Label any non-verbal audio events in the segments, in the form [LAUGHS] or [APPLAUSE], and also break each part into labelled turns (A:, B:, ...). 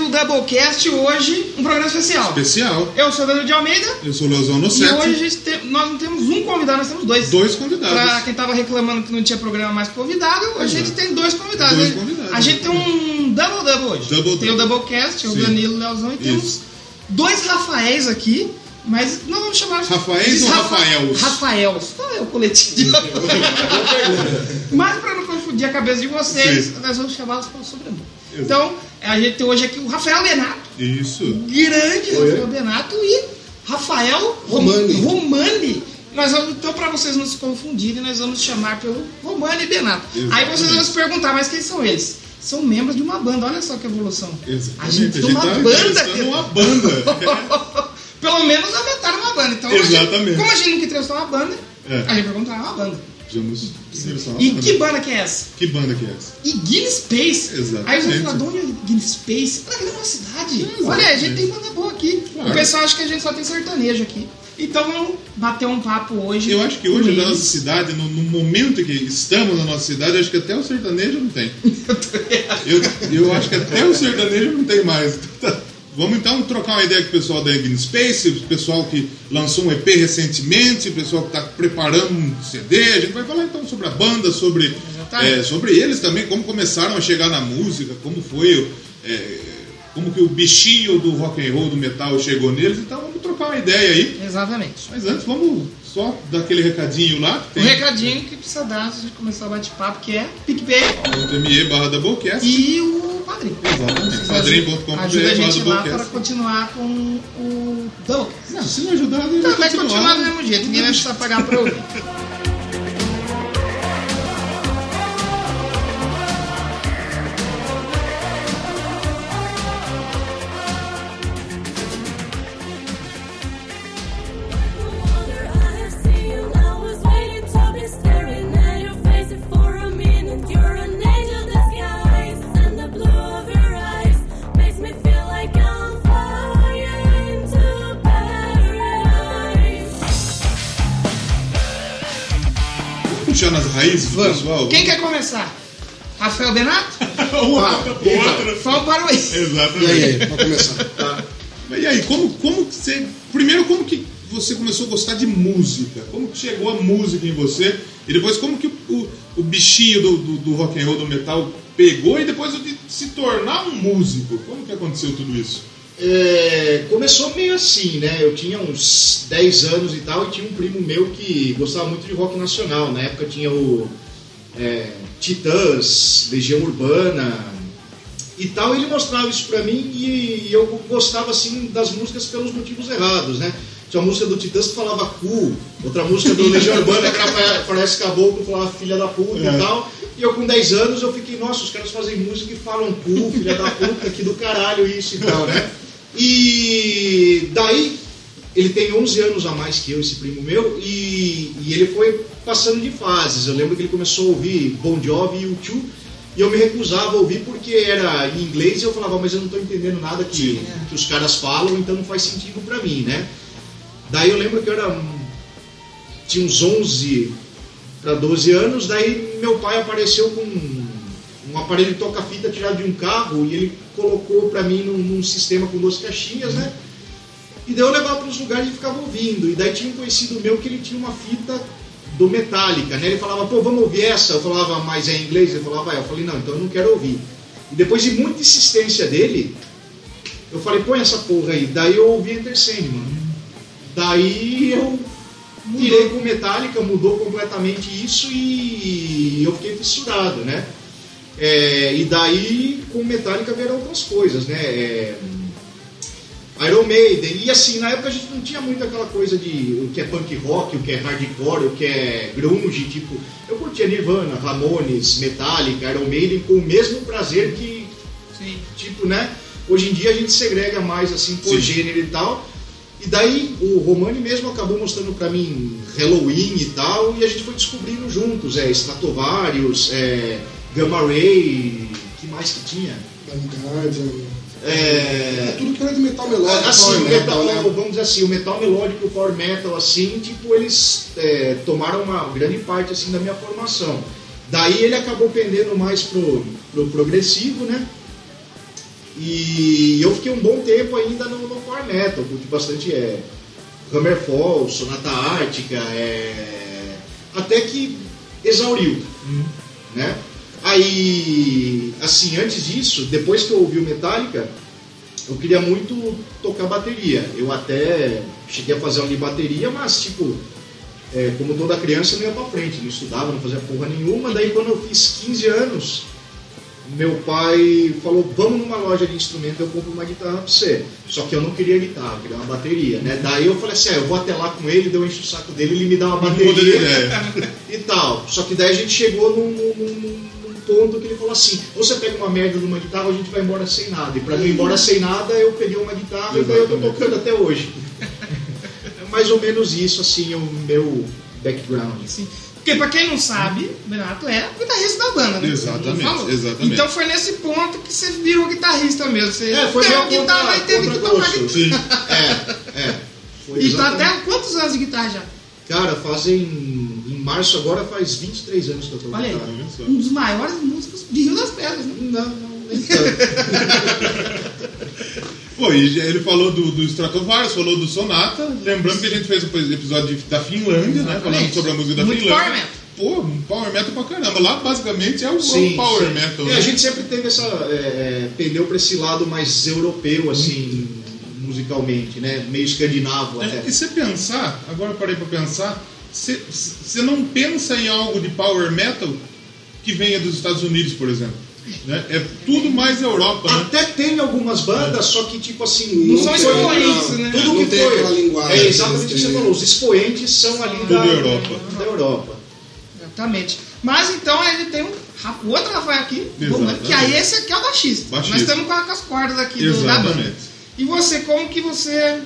A: um Doublecast hoje, um programa especial.
B: Especial.
A: Eu sou o Danilo de Almeida.
B: Eu sou o Leozão no
A: E
B: set.
A: hoje a gente tem- nós não temos um convidado, nós temos dois.
B: Dois convidados. é.
A: Pra quem tava reclamando que não tinha programa mais convidado, hoje a gente tem dois convidados.
B: Dois
A: né?
B: convidados.
A: A gente tem um double double hoje.
B: Double
A: tem o
B: double.
A: Doublecast, o
B: Sim.
A: Danilo, o Leozão e temos
B: Isso.
A: dois Rafaéis aqui, mas não vamos chamar
B: Rafaéis
A: Eles
B: ou
A: Rafa-
B: Rafaels?
A: Rafaels. Então é o coletivo de [LAUGHS] Mas pra não confundir a cabeça de vocês,
B: Sim.
A: nós vamos chamá-los pelo sobrenome.
B: Exato.
A: Então, a gente tem hoje aqui o Rafael Lenato
B: Isso.
A: grande
C: Oi.
A: Rafael Benato e Rafael
C: Romani.
A: Romani. Nós vamos, então, para vocês não se confundirem, nós vamos chamar pelo Romani Benato. Aí
B: Exatamente.
A: vocês vão se perguntar, mas quem são eles? São membros de uma banda, olha só que evolução.
B: Exatamente.
A: A gente tem uma
B: tá
A: banda
B: entrevistando
A: aqui.
B: uma banda. [LAUGHS]
A: Pelo menos aumentaram uma banda. Então, a gente-
B: Exatamente.
A: como a gente nunca entrevistou uma banda,
B: É.
A: a gente vai encontrar uma banda.
B: Vamos entrevistar uma
A: E
B: banda.
A: que banda que é essa?
B: Que banda que é essa?
A: E Guinness Space.
B: Exatamente. Hum,
A: Aí eu vou falar, de onde é Guinness Space? Ela é uma cidade.
B: Exatamente.
A: Olha, a gente tem banda boa aqui.
B: Claro.
A: O pessoal acha que a gente só tem sertanejo aqui. Então vamos bater um papo hoje.
B: Eu acho que hoje
A: com
B: na nossa
A: eles.
B: cidade, no, no momento que estamos na nossa cidade, acho que até o sertanejo não tem. Eu, eu acho que até o sertanejo não tem mais. [LAUGHS] Tá. Vamos então trocar uma ideia com o pessoal da Egg Space, o pessoal que lançou um EP recentemente, o pessoal que está preparando um CD. A gente vai falar então sobre a banda, sobre,
A: Exatamente.
B: é, sobre eles também, como começaram a chegar na música, como foi o- é, como que o bichinho do rock and roll, do metal chegou neles. Então vamos trocar uma ideia aí.
A: Exatamente.
B: Mas antes, vamos só dar aquele recadinho lá.
A: Um recadinho que precisa dar antes de começar o bate-papo, que é PicPay
B: .me barra Doublecast.
A: e o Padrim. Então,
B: Exatamente.
A: Vocês
B: Padrim.com.br
A: Ajuda a gente
B: barra
A: lá para
B: Doublecast.
A: continuar com o Doublecast.
B: Não, se não ajudar, ele
A: Tá, vai continuar do mesmo jeito, né? ninguém vai precisar pagar pra ouvir.
B: Vamos puxar nas raízes do pessoal.
A: Quem Ah, quer começar? Rafael Benato?
B: [LAUGHS] Um mata pro outro.
A: Só para o
C: E
B: Exatamente.
C: aí, pra começar.
B: Mas E aí, como, como que você. Primeiro, como que você começou a gostar de música? Como que chegou a música em você? E depois, como que o, o- o bichinho do, do, do rock and roll, do metal, pegou e depois de se tornar um músico? Como que aconteceu tudo isso?
C: É, começou meio assim, né? Eu tinha uns 10 anos e tal, e tinha um primo meu que gostava muito de rock nacional. Na época tinha o é, Titãs, Legião Urbana e tal. Ele mostrava isso pra mim e eu gostava assim das músicas pelos motivos errados, né? Tinha uma música do Titãs que falava cu, outra música do Legião Urbana que era- parece caboclo que falava filha da puta
B: É.
C: e tal. E eu com 10 anos eu fiquei, nossa, os caras fazem música e falam cu, filha da puta, que do caralho isso e tal, né? E daí, ele tem 11 anos a mais que eu, esse primo meu, e, e ele foi passando de fases. Eu lembro que ele começou a ouvir Bon Jovi e U2, e eu me recusava a ouvir porque era em inglês e eu falava, mas eu não estou entendendo nada que, que os caras falam, então não faz sentido para mim, né? Daí eu lembro que eu era, um- tinha uns 11 para 12 anos, daí meu pai apareceu com um um aparelho de toca-fita tirado de um carro e ele colocou para mim num, num sistema com duas caixinhas, né? E daí eu levava para os lugares e ficava ouvindo. E daí tinha um conhecido meu que ele tinha uma fita do Metallica, né? Ele falava, pô, vamos ouvir essa. Eu falava, mas é em inglês? Ele falava, é. Eu falei, não, então eu não quero ouvir. E depois de muita insistência dele, eu falei, põe essa porra aí. Daí eu ouvi Enter Sandman. Daí eu tirei com Metallica, mudou completamente isso e eu fiquei fissurado, né? É, e daí com Metallica vieram outras coisas, né? É, Iron Maiden. E assim, na época a gente não tinha muito aquela coisa de o que é punk rock, o que é hardcore, o que é grunge, tipo, eu curtia Nirvana, Ramones, Metallica, Iron Maiden com o mesmo prazer que,
A: Sim.
C: tipo, né? Hoje em dia a gente segrega mais assim por
B: Sim.
C: gênero e tal. E daí o Romani mesmo acabou mostrando pra mim Halloween e tal, e a gente foi descobrindo juntos, é, Stratovarius, é, Gamma Ray, que mais que tinha?
D: Vanguardian.
C: É,
D: É tudo que era de metal
B: Ah,
D: melódico.
C: Assim, o
D: power metal,
C: metal,
D: né?
C: vamos dizer assim, o metal melódico, o power metal, assim, tipo, eles é, tomaram uma grande parte, assim, da minha formação. Daí ele acabou pendendo mais pro, pro progressivo, né? E eu fiquei um bom tempo ainda no, no Power Metal, curti bastante é, Hammerfall, Sonata Ártica, é, até que exauriu. Né? Aí, assim, antes disso, depois que eu ouvi o Metallica, eu queria muito tocar bateria. Eu até cheguei a fazer aula de bateria, mas tipo, é, como toda criança, eu não ia pra frente, não estudava, não fazia porra nenhuma. Daí quando eu fiz 15 anos, meu pai falou, vamos numa loja de instrumento, eu compro uma guitarra pra você. Só que eu não queria guitarra, eu queria uma bateria, né? Daí eu falei assim, ah, eu vou até lá com ele, deu encho o saco dele, ele me dá uma
B: Muda de
C: bateria
B: ideia.
C: e tal. Só que daí a gente chegou num, num- num- num ponto que ele falou assim: ou você pega uma merda numa guitarra ou a gente vai embora sem nada. E pra eu ir embora sem nada, eu peguei uma guitarra e daí eu tô
B: Exatamente.
C: tocando até hoje. É Mais ou menos isso, assim, é o meu background.
A: Sim. Porque pra quem não sabe, Renato é o guitarrista da banda, né?
B: Exatamente,
A: Não falou?
B: exatamente.
A: Então foi nesse ponto que você virou guitarrista mesmo. Você
C: É, foi
A: teve
C: meu
A: guitarra e
C: contra,
A: teve que
C: contra
A: tocar guitarra.
B: Sim.
C: É, é. Foi
A: E tá
C: exatamente-
A: até quantos anos de guitarra já?
C: Cara, fazem. Em março agora faz 23 anos que eu tô
A: Olha aí.
C: guitarra.
B: Olha só.
A: Um dos maiores músicos de Rio das Pedras, né?
C: Não, não, nem tanto.
B: Pô, e já- ele falou do, do Stratovarius, falou do Sonata. Lembrando que a gente fez o episódio de- da Finlândia, né? Falando
A: Exatamente.
B: sobre a música da
A: Muito
B: Finlândia.
A: power metal.
B: Pô, um power metal pra caramba. Lá basicamente é o, é o
C: Sim,
B: power
C: sim.
B: metal.
C: É,
B: né?
C: a gente sempre teve essa. É, é, pendeu pra esse lado mais europeu, assim, musicalmente, né? Meio escandinavo
B: É,
C: até.
B: E se pensar, agora eu parei pra pensar, você não pensa em algo de power metal que venha dos Estados Unidos, por exemplo. né? É tudo mais Europa, né?
C: Até tem algumas bandas, só que tipo assim,
A: Não
D: Não
A: são
D: tem
A: expoentes,
D: aquela-
A: né?
C: tudo
D: não
C: que
D: tem
C: foi.
D: aquela linguagem
C: é exatamente o que você
D: existente.
C: falou, os expoentes são ali
B: Tudo
C: da
B: Europa.
C: Da Europa.
A: Exatamente. Mas então ele tem um ra- o outro Rafael aqui, bom, né? que aí
B: Exatamente.
A: esse aqui é o baixista.
B: Baixista.
A: Nós estamos com a- com as cordas aqui do, da banda.
B: Exatamente.
A: E você, como que você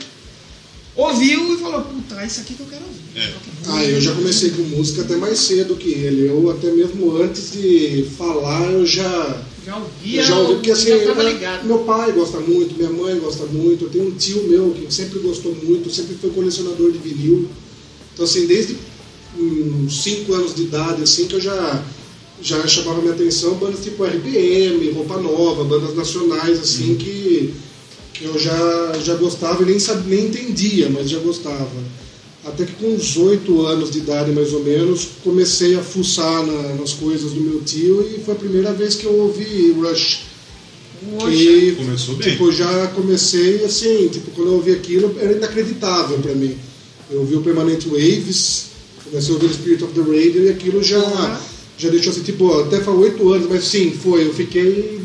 A: ouviu e falou, puta, isso aqui que eu quero ouvir.
B: É.
D: Ah, eu já comecei com música até mais cedo que ele. Eu até mesmo antes de falar, eu já
A: Já ouvia,
D: Eu já ouvi, porque assim,
A: já tava
D: eu-
A: ligado.
D: meu pai gosta muito, minha mãe gosta muito, eu tenho um tio meu que sempre gostou muito, sempre foi colecionador de vinil. Então assim, desde hum, uns 5 anos de idade, assim, que eu já, já chamava minha atenção bandas tipo RPM, Roupa Nova, bandas nacionais, assim, que, que eu já, já gostava e nem, sabia, nem entendia, mas já gostava. Até que com uns oito anos de idade, mais ou menos, comecei a fuçar na- nas coisas do meu tio e foi a primeira vez que eu ouvi Rush.
A: Hoje,
D: que,
B: Começou bem.
D: tipo, eu já comecei assim, tipo, quando eu ouvi aquilo era inacreditável pra mim. Eu ouvi o Permanent Waves, comecei a ouvir o Spirit of the Radio e aquilo já,
A: Aham.
D: já deixou assim, tipo, até foi oito anos, mas sim, foi, eu fiquei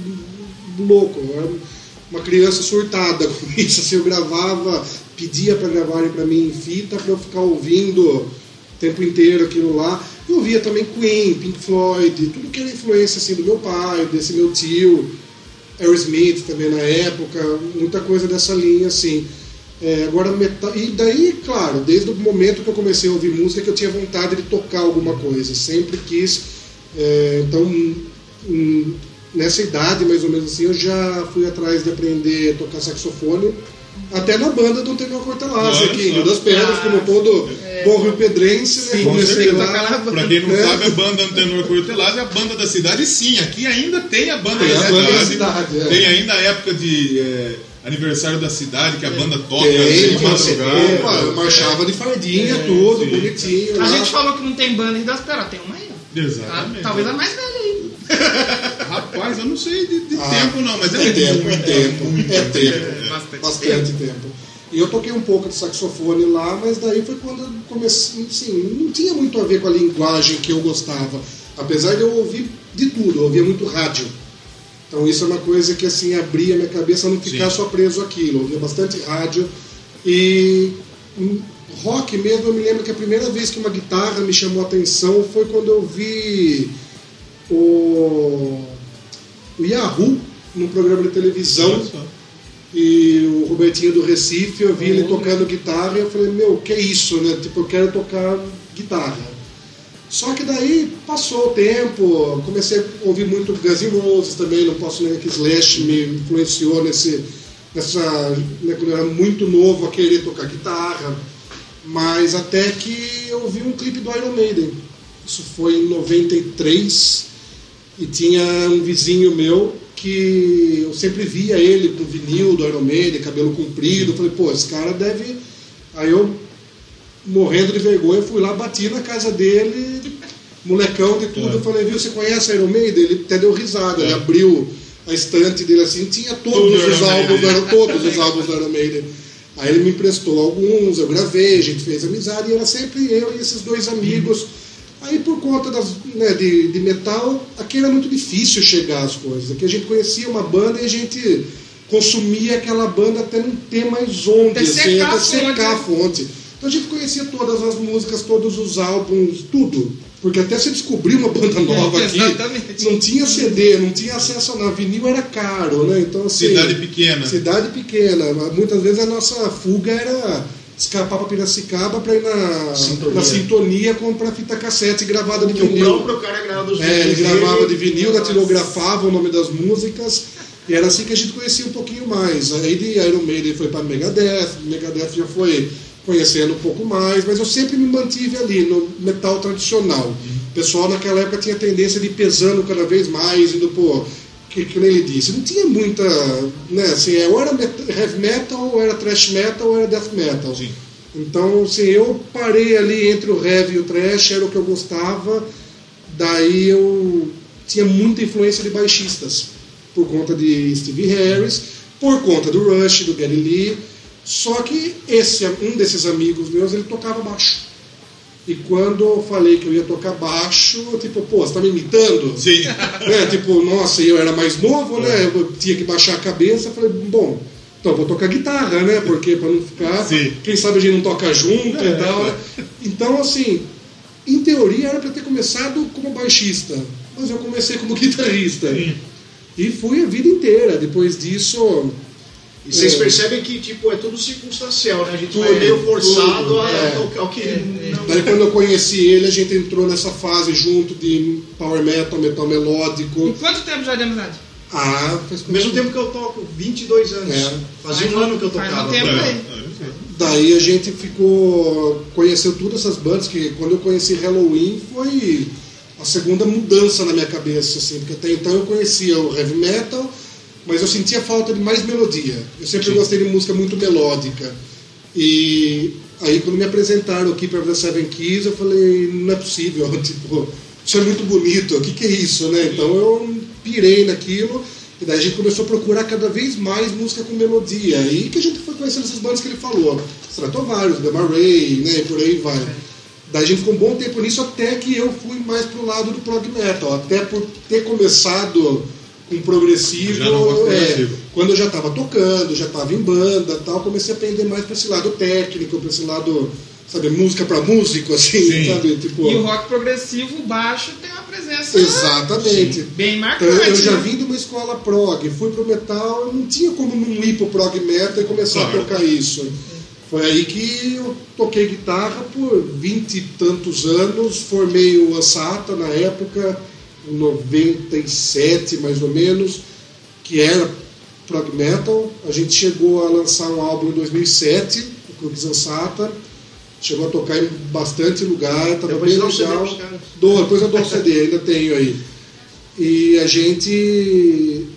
D: louco. Eu era uma criança surtada [LAUGHS] com isso, assim, eu gravava, pedia pra gravarem pra mim em fita pra eu ficar ouvindo o tempo inteiro aquilo lá. Eu ouvia também Queen, Pink Floyd, tudo que era influência assim do meu pai, desse meu tio, Aerosmith também na época, muita coisa dessa linha assim. É, agora meta- e daí, claro, desde o momento que eu comecei a ouvir música que eu tinha vontade de tocar alguma coisa, sempre quis. É, então, hum, nessa idade mais ou menos assim, eu já fui atrás de aprender a tocar saxofone. Até na banda do Tenor Cortelazzi
B: Olha
D: aqui, em
B: só.
D: Rio das Pedras,
A: Ah,
D: como todo É. bom rio pedrense, né?
A: Sim,
D: Comecei
A: com
D: lá.
A: certeza.
B: Pra quem não
D: É.
B: sabe, a banda Antenor Cortelaz é a banda da cidade, sim. Aqui ainda tem a banda,
D: Tem
B: da,
D: a
B: cidade.
D: banda da cidade, é.
B: Tem ainda a época de é, aniversário da cidade, que a banda toca assim,
D: Tem,
B: né? de
D: tinha CD,
B: madrugada. né?
D: pá, eu marchava de fardinha, tudo,
B: sim.
D: bonitinho. né?
A: a
D: lá.
A: gente falou que não tem banda ainda, pera, tem uma aí. ó.
B: Exatamente.
A: Ah, Talvez a mais velha aí.
B: Rapaz, eu não sei de, de
D: Ah,
B: tempo não, mas é,
D: É tempo, é
B: muito
D: tempo, é tempo.
A: Bastante.
D: Bastante tempo. E eu toquei um pouco de saxofone lá, mas daí foi quando eu comecei, assim, não tinha muito a ver com a linguagem que eu gostava. Apesar de eu ouvir de tudo, eu ouvia muito rádio. Então isso é uma coisa que assim abria minha cabeça a não ficar
B: Sim.
D: só preso àquilo. Eu ouvia bastante rádio e hum, rock mesmo, eu me lembro que a primeira vez que uma guitarra me chamou a atenção foi quando eu vi o, o Yahoo num programa de televisão
B: Olha só.
D: e o Robertinho do Recife, eu vi ele
A: Uhum.
D: tocando guitarra e eu falei, meu, que isso, né? Tipo, eu quero tocar guitarra. Só que daí passou o tempo, comecei a ouvir muito Guns N' Roses também, não posso negar que Slash me influenciou nesse, nessa, né, quando eu era muito novo a querer tocar guitarra. Mas até que eu vi um clipe do Iron Maiden. Isso foi em 93 e tinha um vizinho meu que eu sempre via ele com vinil do Iron Maiden, cabelo comprido. Eu falei, pô, esse cara deve. Aí eu, morrendo de vergonha, fui lá, bati na casa dele, molecão de
B: É.
D: tudo. Eu falei, viu, você conhece Iron Maiden? Ele até deu risada, ele abriu a estante dele assim, tinha todos
B: Tudo
D: os
B: Iron
D: álbuns,
B: Maiden.
D: eram todos os álbuns do Iron Maiden. Aí ele me emprestou alguns, eu gravei, a gente fez amizade, e era sempre eu e esses dois amigos. Aí por conta das, né, de, de metal, aqui era muito difícil chegar às coisas. Aqui a gente conhecia uma banda e a gente consumia aquela banda até não ter mais onde,
A: Até secar
D: até
A: a fonte. né?
D: secar assim, a fonte. Então a gente conhecia todas as músicas, todos os álbuns, tudo. Porque até se descobrir uma
A: [LAUGHS]
D: banda nova aqui,
A: É, Exatamente.
D: não tinha CD, não tinha acesso a nada. Vinil era caro, né? Então, assim,
B: Cidade pequena.
D: cidade pequena. Muitas vezes a nossa fuga era escapar para Piracicaba para ir na
C: Sintonia.
D: na sintonia comprar fita cassete gravada de
C: Porque o
D: vinil.
C: próprio cara gravava os
D: É, ele
C: vídeos
D: gravava de
C: dele.
D: vinil, datilografava o nome das músicas. E era assim que a gente conhecia um pouquinho mais. Aí de Iron Maiden foi para Megadeth, Megadeth já foi conhecendo um pouco mais, mas eu sempre me mantive ali no metal
C: Uhum.
D: tradicional. O pessoal naquela época tinha tendência de ir pesando cada vez mais, indo pô, que, que nem ele disse, não tinha muita, né, assim, ou era met- heavy metal, ou era thrash metal, ou era death metal.
B: Sim.
D: Então, assim, eu parei ali entre o heavy e o thrash, era o que eu gostava, daí eu tinha muita influência de baixistas, por conta de Steve Harris, por conta do Rush, do Gary Lee, só que esse, um desses amigos meus, ele tocava baixo. E quando eu falei que eu ia tocar baixo, tipo, pô, você tá me imitando?
B: Sim.
D: [LAUGHS] né? Tipo, nossa, eu era mais novo, né? Eu tinha que baixar a cabeça. Eu falei, bom, então eu vou tocar guitarra, né? Porque para não ficar,
B: Sim.
D: quem sabe a gente não toca junto
C: É.
D: e tal. né? Então, assim, em teoria era para ter começado como baixista, mas eu comecei como [LAUGHS] guitarrista. E fui a vida inteira. Depois disso,
C: E vocês
D: É.
C: percebem que tipo, é tudo circunstancial, né? A gente
D: Tudo,
C: foi meio forçado
D: tudo,
C: a
D: é.
C: tocar o que não.
D: Daí quando eu conheci ele, a gente entrou nessa fase junto de power metal, metal melódico.
A: Em quanto tempo já é de amizade?
D: Ah, fez
C: Ao mesmo tempo que eu toco, 22 anos.
D: É.
C: Fazia
A: Faz um-
C: um ano que eu
A: faz um
C: tocava.
A: tempo.
D: Daí a gente ficou. conheceu todas essas bandas, que quando eu conheci Halloween foi a segunda mudança na minha cabeça, assim, porque até então eu conhecia o heavy metal, mas eu sentia falta de mais melodia. Eu sempre gostei de música muito melódica. E aí quando me apresentaram aqui para the Seven Keys, eu falei, não é possível, [LAUGHS] tipo, isso é muito bonito, o que, que é isso, né? Então eu pirei naquilo, e daí a gente começou a procurar cada vez mais música com melodia. Aí que a gente foi conhecendo essas bandas que ele falou, Stratovarius, Gamma Ray, né? E por aí vai. Daí a gente ficou um bom tempo nisso até que eu fui mais pro lado do prog metal, até por ter começado com progressivo,
B: Já não gosto de
D: é,
B: progressivo.
D: quando eu já estava tocando, já estava em banda, tal, comecei a aprender mais para esse lado técnico, para esse lado, sabe, música para músico, assim,
B: Sim.
D: sabe, tipo,
A: E o rock progressivo baixo tem uma presença
D: exatamente.
A: bem
D: Então,
A: marcante.
D: eu eu já
A: né?
D: vim de uma escola prog, fui pro metal, eu não tinha como não ir pro prog metal e começar
B: Claro.
D: a tocar isso. Foi aí que eu toquei guitarra por vinte e tantos anos, formei o Ansata na época, em 97 mais ou menos, que era prog metal. A gente chegou a lançar um álbum em 2007, o Clube Ansata. Chegou a tocar em bastante lugar, estava
C: Depois
D: bem
C: dá um CD
D: legal.
C: pros caras.
D: Dou, depois eu dou o CD, ainda tenho aí. E a gente,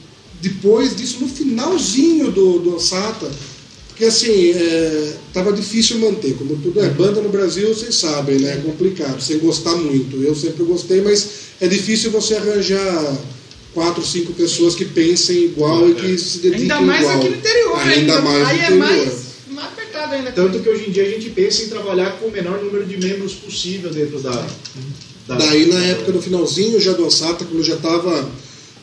D: depois disso, no finalzinho do, do Sata, porque assim, é, tava difícil manter, como tudo é banda no Brasil, vocês sabem, né? É complicado, sem gostar muito. Eu sempre gostei, mas é difícil você arranjar quatro, cinco pessoas que pensem igual e que se dediquem
A: Ainda mais
D: igual.
A: aqui no interior,
D: ainda
A: ainda
D: mais no
A: aí é
D: interior. Então,
A: mais, mais apertado ainda.
C: Tanto que hoje em dia a gente pensa em trabalhar com o menor número de membros possível dentro da. da-
D: Daí na época do finalzinho já do Ansata, quando já estava.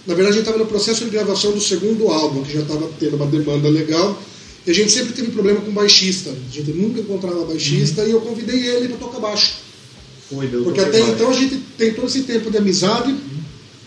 D: Na verdade a gente estava no processo de gravação do segundo álbum, que já estava tendo uma demanda legal. E a gente sempre teve problema com baixista. A gente nunca encontrava baixista e eu convidei ele para tocar baixo.
C: Foi, meu,
D: Porque
C: foi
D: até
C: embora.
D: então a gente tem todo esse tempo de amizade,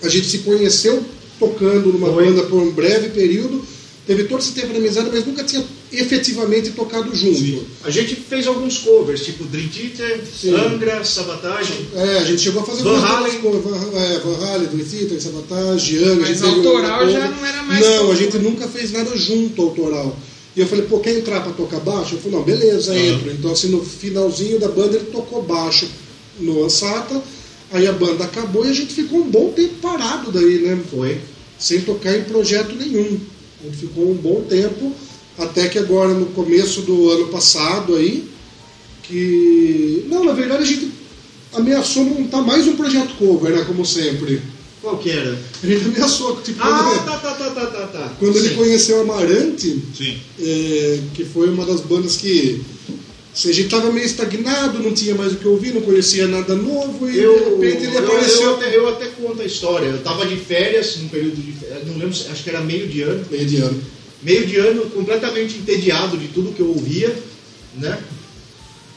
D: a gente se conheceu tocando numa
C: Foi.
D: banda por um breve período, teve todo esse tempo de amizade, mas nunca tinha efetivamente tocado junto.
C: A gente fez alguns covers, tipo Dream Theater,
D: Sim.
C: Angra, Sabotagem.
D: É, a gente chegou a fazer
C: Van
D: algumas
C: Halen.
D: coisas com Van, é, Van Halen, Dream Theater, Sabotage, Young. a
A: Mas
D: gente teve
A: autoral
D: uma-
A: já não era mais
D: Não,
A: como-
D: a gente nunca fez nada junto autoral. E eu falei, pô, quer entrar pra tocar baixo? Eu falei, não, beleza,
B: Aham.
D: entro. Então, assim, no finalzinho da banda ele tocou baixo no Ansata, aí a banda acabou e a gente ficou um bom tempo parado daí, né?
C: Foi.
D: sem tocar em projeto nenhum. Ele ficou um bom tempo, até que agora no começo do ano passado aí, que. Não, na verdade a gente ameaçou montar mais um projeto cover, né? Como sempre.
C: Qual que era?
D: A gente ameaçou, tipo,
C: Ah,
D: quando,
C: tá, tá, tá, tá, tá, tá.
D: quando ele
C: Sim.
D: conheceu a Amarante,
B: Sim.
D: é, que foi uma das bandas que. assim, a gente tava meio estagnado, não tinha mais o que ouvir, não conhecia nada novo, e
C: Eu,
D: de repente ele
C: eu-
D: apareceu.
C: eu até, eu até conto a história. Eu tava de férias, num período de férias, não lembro, se- acho que era meio de ano.
D: Meio de ano.
C: meio de ano completamente entediado de tudo que eu ouvia, né?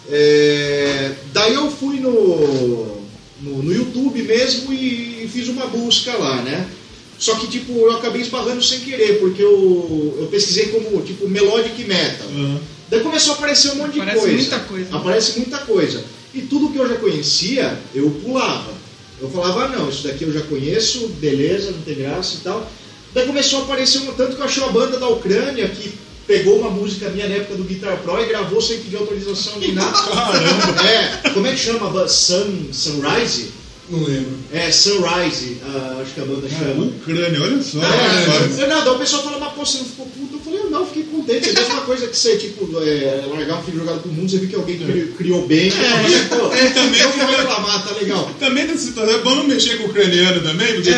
C: É, daí eu fui no, no, no YouTube mesmo e fiz uma busca lá, né? Só que tipo, eu acabei esbarrando sem querer, porque eu, eu pesquisei como tipo melodic metal.
B: Aham.
C: Daí começou a aparecer um monte
A: Aparece
C: de coisa.
A: muita coisa.
C: Aparece muita coisa. E tudo que eu já conhecia, eu pulava. Eu falava, ah, não, isso daqui eu já conheço, beleza, não tem graça e tal. Daí começou a aparecer um tanto que eu achei uma banda da Ucrânia que pegou uma música minha na época do Guitar Pro e gravou sem pedir autorização
A: [LAUGHS]
C: nem nada. É, como é que chama a banda? Sun, Sunrise?
D: Não lembro.
C: É, Sunrise, ah, acho que a banda
B: Cara,
C: chama.
B: Ucrânia, olha só.
C: É, não, não, daí o pessoal fala, mas pô, você não ficou puto? Eu falei, eu não, fiquei contente. É a mesma coisa que você, tipo, é, largar um filho jogado pro mundo, você vê que alguém criou, criou bem. É, pô,
B: É, também.
C: eu que vou reclamar, tá legal.
B: Também nessa situação é bom não mexer com o ucraniano também, porque
D: É.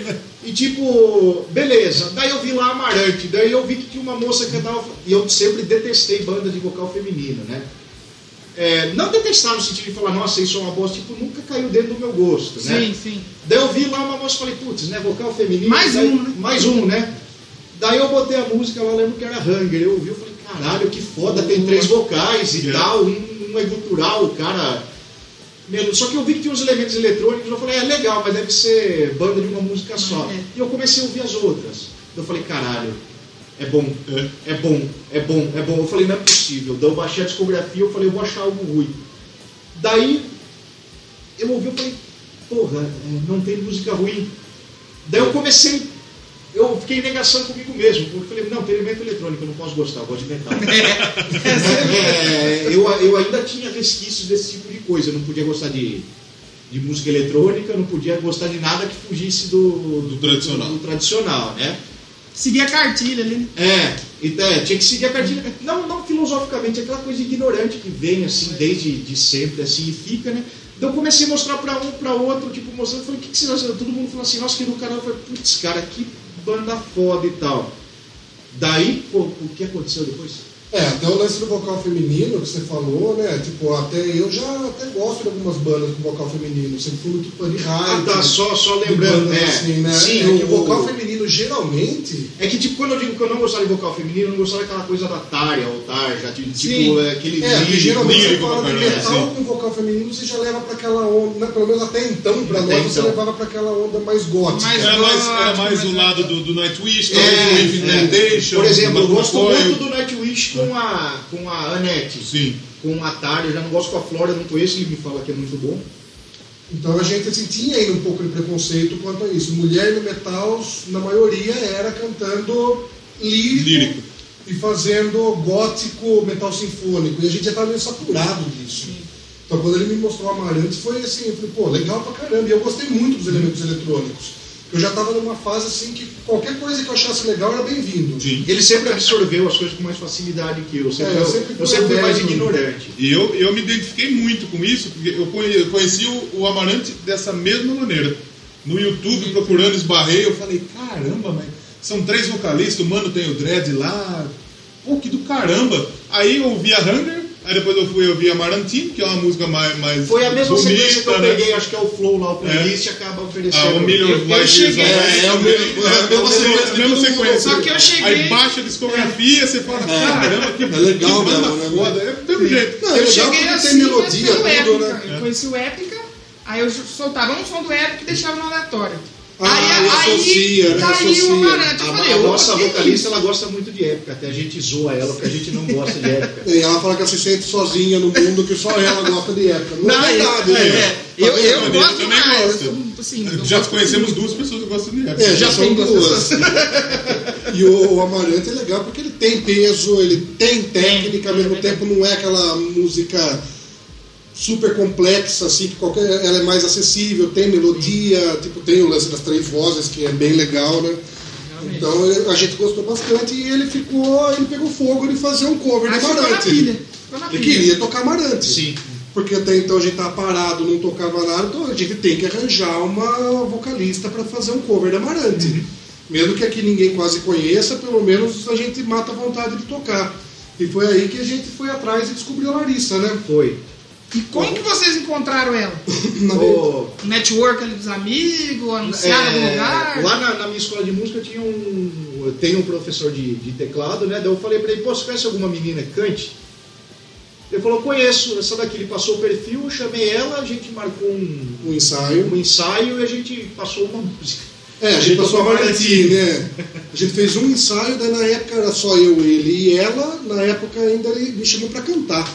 B: tá
C: E tipo, beleza. Daí eu vi lá Amarante, daí eu vi que tinha uma moça que cantava. E eu sempre detestei banda de vocal feminino, né? É, não detestar no sentido de falar, nossa, isso é uma bosta, tipo, nunca caiu dentro do meu gosto, né?
A: Sim, sim.
C: Daí eu vi lá uma moça e falei, putz, né? Vocal feminino.
A: Mais
C: daí-
A: um, né?
C: Mais um, né? Daí eu botei a música lá, lembro que era Hunger. Eu ouvi, eu falei, caralho, que foda, tem três vocais e
B: É.
C: tal, um, um é gutural, o cara. Melo- Só que eu vi que tinha uns elementos eletrônicos, eu falei, é legal, mas deve ser banda de uma música só.
A: É.
C: E eu comecei a ouvir as outras. Eu falei, caralho, é bom, é bom, é bom, é bom. Eu falei, não é possível. Daí eu baixei a discografia, eu falei, eu vou achar algo ruim. Daí eu ouvi, eu falei, porra, é, não tem música ruim. Daí eu comecei, eu fiquei em negação comigo mesmo, porque eu falei, não, tem elemento eletrônico, eu não posso gostar, eu gosto de metal. É, eu, eu ainda tinha resquícios desse tipo de coisa, eu não podia gostar de, de música eletrônica, eu não podia gostar de nada que fugisse do,
B: Do tradicional.
C: do tradicional, né?
A: Seguir a cartilha ali. né?
C: É, então, é, tinha que seguir a cartilha. Não, não filosoficamente, é aquela coisa ignorante que vem assim desde de sempre, assim, e fica, né? Então eu comecei a mostrar pra um, pra outro, tipo, mostrando, falei, o que, que vocês acham? Todo mundo falou assim, nossa, que do canal, eu falei, putz, cara, que banda foda e tal. Daí, pô, o que aconteceu depois?
D: É, até o lance do vocal feminino que você falou, né? Tipo, até eu já até gosto de algumas bandas com vocal feminino. Sempre fui muito fã de
C: Ah,
D: rádio.
C: tá, só, só
D: de
C: lembrando,
D: bandas
C: é,
D: assim, né?
C: Sim,
D: é
C: o,
D: que o vocal
C: o-
D: feminino geralmente.
C: É que tipo, quando eu digo que eu não gostava de vocal feminino, eu não gostava daquela coisa da Tária ou Tarja, de, tipo,
A: Sim.
C: é, aquele
D: É, porque
C: lírico,
D: geralmente você
B: lírico,
D: fala de
B: né?
D: metal
B: Sim.
D: com vocal feminino, você já leva pra aquela onda. né? Pelo menos até então, pra
C: Até
D: nós, você
C: então.
D: levava pra aquela onda mais gótica.
A: Mais-
B: era mais, era
A: Exato,
B: mais do
A: mas-
B: lado do, do Nightwish,
C: É,
B: talvez do If
C: é.
B: Temptation.
C: Por exemplo, eu
B: do
C: gosto
B: McCoy.
C: muito do Nightwish com a, com a Annette,
B: Sim.
C: com a Tária, eu já não gosto com a Flora, eu não conheço, ele me fala que é muito bom.
D: Então a gente assim, tinha ainda um pouco de preconceito quanto a isso. Mulher no metal, na maioria, era cantando lírico,
B: Lírico.
D: e fazendo gótico metal sinfônico. E a gente já estava meio saturado disso. Então quando ele me mostrou o Amarantes, foi assim, eu falei, pô, legal pra caramba. E eu gostei muito dos elementos eletrônicos. Eu já estava numa fase assim que qualquer coisa que eu achasse legal era bem-vindo.
B: Sim.
C: Ele sempre absorveu as coisas com mais facilidade que eu, sempre,
D: É, eu
C: eu,
D: sempre fui
C: eu sempre fui mais
D: aberto.
C: ignorante.
B: E eu, eu me identifiquei muito com isso, porque eu conhe- eu conheci o, o Amarante dessa mesma maneira. No YouTube, procurando, esbarrei, eu falei, caramba, mas são três vocalistas, o mano tem o Dread lá, pô, que do caramba. Aí eu ouvi a Hunger, aí depois eu fui ouvir a Amarantine, que é uma música mais, mais
C: Foi a mesma
B: bonita,
C: sequência que eu
B: né?
C: peguei, acho que é o Flow lá, o playlist acaba oferecendo.
B: Ah, o Million
A: Eu- eu
B: Light Years
A: cheguei-
B: Away
C: é, é o
B: também,
C: mesmo-
B: né?
C: é a mesma
B: sequência. mesma sequência.
A: Só que eu cheguei-
B: Aí baixa a discografia, você fala, caramba, que,
D: É legal
B: que banda
C: um
D: mesmo, né?
B: foda. É do mesmo jeito.
D: Não,
A: Eu
D: legal
A: cheguei
D: porque
A: assim,
D: tem melodia,
A: mas pelo
D: tudo,
A: Épica.
D: né?
A: Eu conheci o Épica, aí eu soltava um som do Épica e deixava no aleatório.
D: Ah,
A: aí
D: ele associa, né?
A: caiu
D: Associa.
A: o Amarante. Eu falei,
C: A, a
A: opa,
C: nossa
A: que
C: vocalista, ela gosta muito de época, até a gente zoa ela, porque a gente não gosta de
D: [LAUGHS]
C: época.
D: E ela fala que ela se sente sozinha no mundo, que só ela gosta de época. Não,
A: Não,
D: é verdade,
A: é,
D: né?
A: é. eu,
D: Tá vendo?
A: eu gosto
B: também
A: demais.
B: gosto.
A: Assim, eu
B: Já
A: gosto-
B: conhecemos duas pessoas que gostam de rap.
D: É,
A: já
D: já
A: tem
D: são
A: duas
D: duas. [LAUGHS] e o Amarante é legal porque ele tem peso, ele tem técnica, ao mesmo tempo não é aquela música super complexa, assim, que qualquer, ela é mais acessível, tem melodia, tipo, tem o lance das três vozes, que é bem legal, né?
A: Realmente.
D: Então eu- a gente gostou bastante e ele ficou, ele pegou fogo de fazer um cover
A: Aí
D: de
A: ficou na
D: Amarante.
A: pilha.
D: Ele
A: Ficou na pilha.
D: queria tocar Amarante.
C: Sim.
D: Porque até então a gente tava parado, não tocava nada, então a gente tem que arranjar uma vocalista para fazer um cover da Amarante. Mesmo que aqui ninguém quase conheça, pelo menos a gente mata a vontade de tocar. E foi aí que a gente foi atrás e descobriu a Larissa, né?
C: Foi.
A: E como que vocês encontraram ela?
D: Na
C: Ô,
A: No network ali dos amigos, anunciada em algum
C: É,
A: lugar?
C: Lá na, na minha escola de música tinha um, eu tenho um professor de, de teclado, né? Daí eu falei pra ele, pô, você conhece alguma menina que cante? Ele falou, conheço, essa daqui. Ele passou o perfil, eu chamei ela, a gente marcou um,
D: um ensaio.
C: um ensaio e a gente passou uma música.
D: É, a gente passou a Marantini, né? A gente fez um ensaio, daí na época era só eu, ele e ela. Na época ainda ele me chamou pra cantar.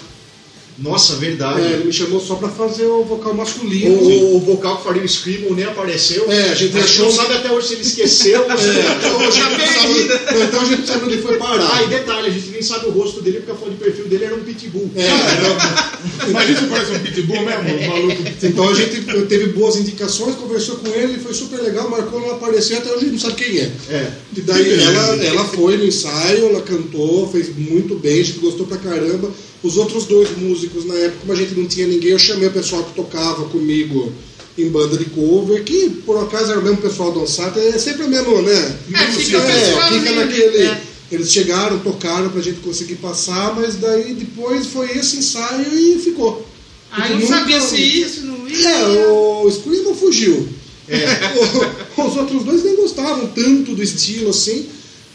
C: Nossa, verdade.
D: É, ele me chamou só pra fazer o vocal
C: O,
D: masculino.
C: o- o vocal que faria o Scribble nem apareceu.
D: É, a gente
C: a gente
D: achou-
C: não sabe até hoje se ele esqueceu.
D: Então a gente não sabe- então a gente não sabe onde foi
C: Ah, e
D: parar.
C: detalhe, a gente nem sabe o rosto dele porque a foto de perfil dele era um pitbull.
D: É, então-
B: Imagina se parece um pitbull
D: [LAUGHS]
B: mesmo, um maluco.
D: então a gente teve boas indicações, conversou com ele, foi super legal, marcou, não apareceu, até hoje a gente não sabe quem é.
C: É.
D: E daí
B: Que beleza.
D: ela, ela foi no ensaio, ela cantou, fez muito bem, a gente gostou pra caramba. Os outros dois músicos, na época, como a gente não tinha ninguém, eu chamei o pessoal que tocava comigo em banda de cover, que por acaso era o mesmo pessoal do Ansata, é sempre o mesmo, né?
A: É, fica o
D: É,
A: pessoal
D: fica
A: ali,
D: naquele.
A: é.
D: Eles chegaram, tocaram pra gente conseguir passar, mas daí depois foi esse ensaio e ficou.
A: Aí
D: Eu
A: não
D: nunca-
A: sabia se ia, se não ia.
D: é, o Screamo fugiu. É, O- [LAUGHS] os outros dois nem gostavam tanto do estilo assim,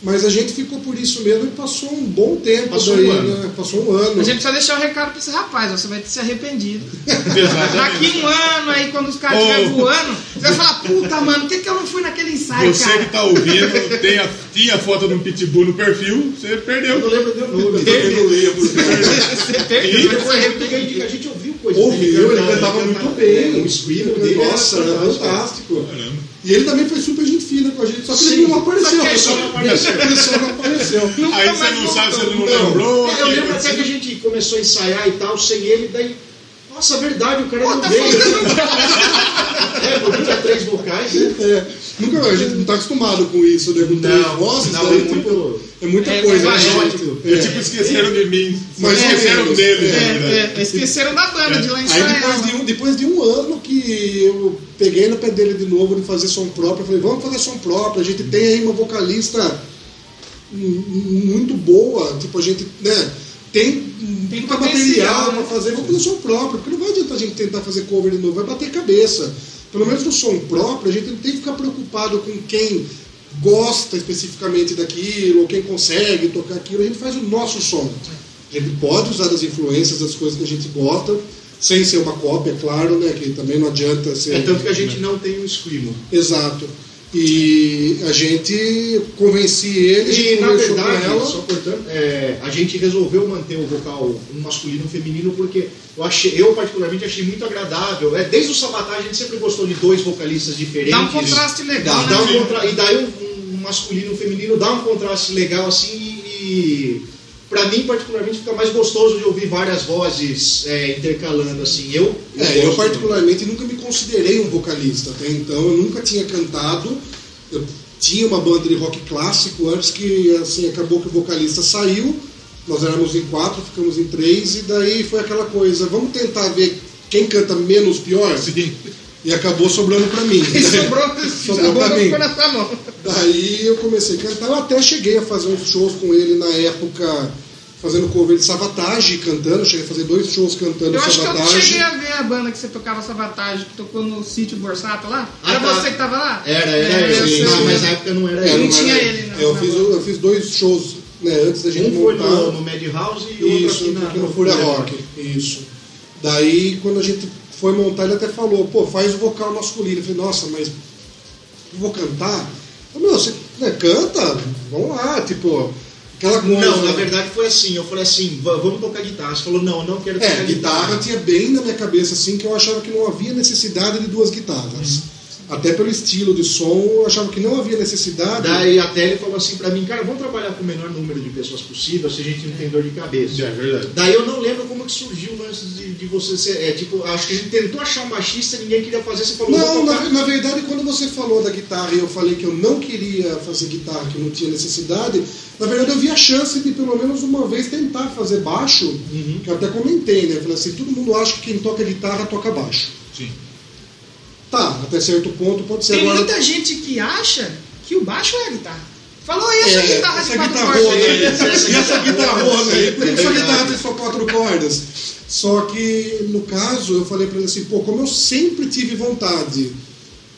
D: mas a gente ficou por isso mesmo e passou um bom tempo
C: Passou
D: daí,
C: um ano.
D: né? Passou um ano.
A: A gente precisa deixar o recado pra esse rapaz, ó, você vai se arrependido.
B: Exatamente.
A: Daqui um ano aí, quando os caras
B: Ô.
A: estiverem voando, você vai falar, puta, mano, por que, que eu não fui naquele ensaio,
B: Você
A: cara?
B: que tá ouvindo, tem a, tinha a foto de um pitbull no perfil, você
C: Eu não
B: perdeu.
C: lembro do nome.
B: Eu não lembro.
A: Você perdeu,
C: Depois
A: você
C: a
A: arrependeu.
C: gente- a gente ouviu coisa
D: Ouviu, ele
C: cantava, ele
D: né? cantava é, muito
C: cantava. né,
D: bem.
C: O Screamo dele
D: né? Nossa,
C: era
D: era fantástico. E ele também foi super gente fina com a gente, só que ele
C: Sim.
D: não apareceu.
A: Só que ele
D: só
A: não
D: apareceu. Ele só não apareceu.
A: Nunca mais
B: Aí você não
A: voltou.
B: sabe, você não
D: Não.
B: lembrou.
C: Eu lembro
B: que-
C: até que a gente começou a ensaiar e tal, sem ele, daí. Nossa, verdade, o cara não
A: Puta,
C: veio.
A: faltando-
C: [LAUGHS] É, porque tinha três vocais, né?
D: É, nunca, a gente não tá acostumado com isso, né? Com três vozes,
C: não,
D: daí,
C: é muito.
D: tipo, é muita
A: É,
D: coisa.
A: é
D: né,
C: exótico.
D: gente?
B: Eu,
D: É.
B: tipo, esqueceram de mim. Mas
D: Mais ou
B: esqueceram
D: menos.
B: dele, na verdade.
A: É, é, esqueceram da banda de
C: É.
A: lá
D: Aí
A: ensaiar.
D: depois de, um, depois de um ano que eu peguei no pé dele de novo de fazer som próprio, eu falei, vamos fazer som próprio, a gente tem aí uma vocalista mu- muito boa, tipo, a gente, né, tem,
A: Tem
D: muito
A: potencial,
D: material
A: né?
D: pra fazer, vamos fazer som próprio, porque não vai adiantar a gente tentar fazer cover de novo, vai bater cabeça. Pelo menos no som próprio, a gente não tem que ficar preocupado com quem gosta especificamente daquilo, ou quem consegue tocar aquilo, a gente faz o nosso som. A gente pode usar as influências, as coisas que a gente gosta, sem ser uma cópia, claro, né? Que também não adianta ser.
C: É tanto que a gente não tem o Screamo.
D: Exato. E a gente convenci ele, a gente
C: E na
D: conversou
C: verdade,
D: com ela.
C: só cortando, é, a gente resolveu manter o vocal um masculino e um feminino porque eu, achei, eu particularmente achei muito agradável. É, desde o Sabatá a gente sempre gostou de dois vocalistas diferentes.
A: Dá um contraste legal,
C: Dá, dá um
A: né?
C: contra- E daí um, um masculino e um feminino dá um contraste legal assim e, e pra mim particularmente fica mais gostoso de ouvir várias vozes é, intercalando assim. Eu,
D: É, eu
C: gosto.
D: particularmente nunca me considerei um vocalista até então, eu nunca tinha cantado. Eu tinha uma banda de rock clássico antes que assim acabou que o vocalista saiu. Nós éramos em quatro, ficamos em três e daí foi aquela coisa, vamos tentar ver quem canta menos pior
B: Sim.
D: e acabou sobrando
A: [LAUGHS]
D: pra mim.
A: E sobrou,
D: [LAUGHS] Sobrou
A: a
D: pra
A: banda
D: mim.
A: ficou na sua mão.
D: Daí eu comecei a cantar. Eu até cheguei a fazer uns shows com ele na época, fazendo cover de Savatage, cantando. Cheguei a fazer dois shows cantando
A: Eu acho que eu
D: Savatage.
A: cheguei a ver a banda que você tocava Sabatagem, que tocou no sítio Borsato lá.
C: Ah,
A: Era
C: tá.
A: você que tava lá?
C: Era, era,
A: É,
C: eu,
A: eu
D: sim,
A: sei.
C: não, mas na época não era
D: É,
A: não
C: eu.
A: tinha
D: era-
A: ele, não,
D: eu,
A: na
D: fiz,
A: banda.
D: eu fiz dois shows né, antes da gente
C: Um foi
D: montar.
C: no, né? no Madhouse e outro
D: Isso,
C: aqui na,
D: aqui no Fúria Rock. Isso. Daí, quando a gente foi montar, ele até falou, pô, faz o vocal masculino. Eu falei, nossa, mas eu vou cantar? Eu, meu, você né, canta? Vamos lá, tipo, aquela coisa.
C: Não, na verdade foi assim. Eu falei assim, "Va- vamos tocar guitarra. Você falou, não, eu não quero tocar Uhum.
D: É, guitarra tinha bem na minha cabeça, assim, que eu achava que não havia necessidade de duas guitarras. Até pelo estilo de som, eu achava que não havia necessidade.
C: Daí até ele falou assim pra mim, cara, vamos trabalhar com o menor número de pessoas possível se a gente não tem dor de cabeça.
B: É verdade.
C: Daí eu não lembro como que surgiu o lance de, de você ser. É, tipo, acho que a gente tentou achar um baixista, ninguém queria fazer, você falou,
D: Não,
C: vou tocar.
D: na, na verdade, quando você falou da guitarra e eu falei que eu não queria fazer guitarra, que eu não tinha necessidade, na verdade eu vi a chance de pelo menos uma vez tentar fazer baixo,
C: Uhum.
D: que eu até comentei, né? Eu Falei assim, todo mundo acha que quem toca guitarra toca baixo.
B: Sim.
D: Tá, até certo ponto pode ser.
A: Tem
D: Agora,
A: muita gente que acha que o baixo é a guitarra. Falou, e essa
D: É,
A: guitarra de
D: essa né?
A: quatro
D: guitarrona
A: cordas
D: aí,
A: aí?
D: essa, essa
A: né?
D: guitarrona aí, por que essa
C: É verdade.
D: guitarra tem só quatro cordas? Só que, no caso, eu falei pra ele assim, pô, como eu sempre tive vontade,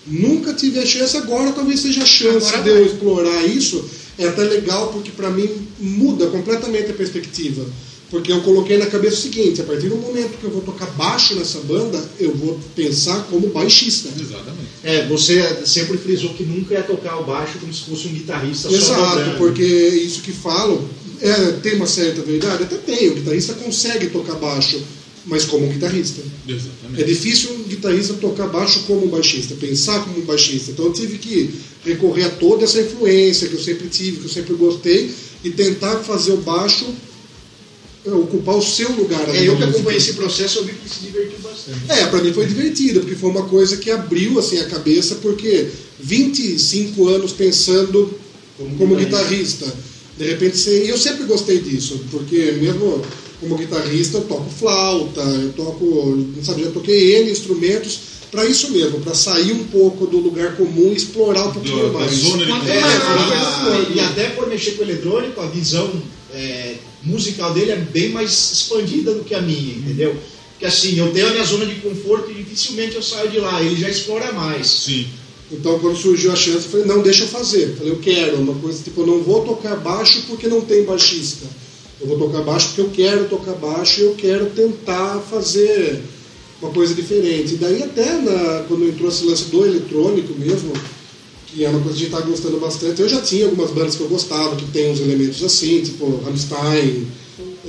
D: nunca tive a chance, agora talvez seja a chance
A: Agora
D: de eu explorar isso, é até legal porque pra mim muda completamente a perspectiva. Porque eu coloquei na cabeça o seguinte, a partir do momento que eu vou tocar baixo nessa banda, eu vou pensar como baixista.
B: Exatamente.
C: É, você sempre frisou que nunca ia tocar o baixo como se fosse um guitarrista só
D: Exato,
C: dobrando.
D: porque isso que falam é, tem uma certa verdade, até tem, o guitarrista consegue tocar baixo, mas como um guitarrista. É
B: Exatamente.
D: difícil um guitarrista tocar baixo como um baixista, pensar como um baixista. Então eu tive que recorrer a toda essa influência que eu sempre tive, que eu sempre gostei, e tentar fazer o baixo é, ocupar o seu lugar. ali
C: É, eu
D: na
C: que
D: música.
C: acompanhei esse processo, eu vi que se divertiu bastante.
D: É, pra mim foi divertido, porque foi uma coisa que abriu assim a cabeça, porque 25 anos pensando como, guitarrista. De repente, você- e eu sempre gostei disso, porque mesmo como guitarrista eu toco flauta, eu toco, sabe, já toquei N instrumentos pra isso mesmo, pra sair um pouco do lugar comum e explorar um pouquinho
B: Do- Da
D: mais.
B: zona de
A: Quanto
C: É,
A: É,
B: conforto.
A: uma coisa
C: a-
A: boa,
C: e
A: né?
C: até por mexer com o eletrônico, a visão é, musical dele é bem mais expandida do que a minha, entendeu? Porque assim, eu tenho a minha zona de conforto e dificilmente eu saio de lá, ele já explora mais.
B: Sim.
D: Então, quando surgiu a chance, eu falei, não, deixa eu fazer. Eu falei, eu quero. Uma coisa tipo, eu não vou tocar baixo porque não tem baixista. Eu vou tocar baixo porque eu quero tocar baixo e eu quero tentar fazer uma coisa diferente. E daí até na- quando entrou esse lance do eletrônico mesmo, que é uma coisa que a gente tá gostando bastante, eu já tinha algumas bandas que eu gostava, que tem uns elementos assim, tipo Rammstein,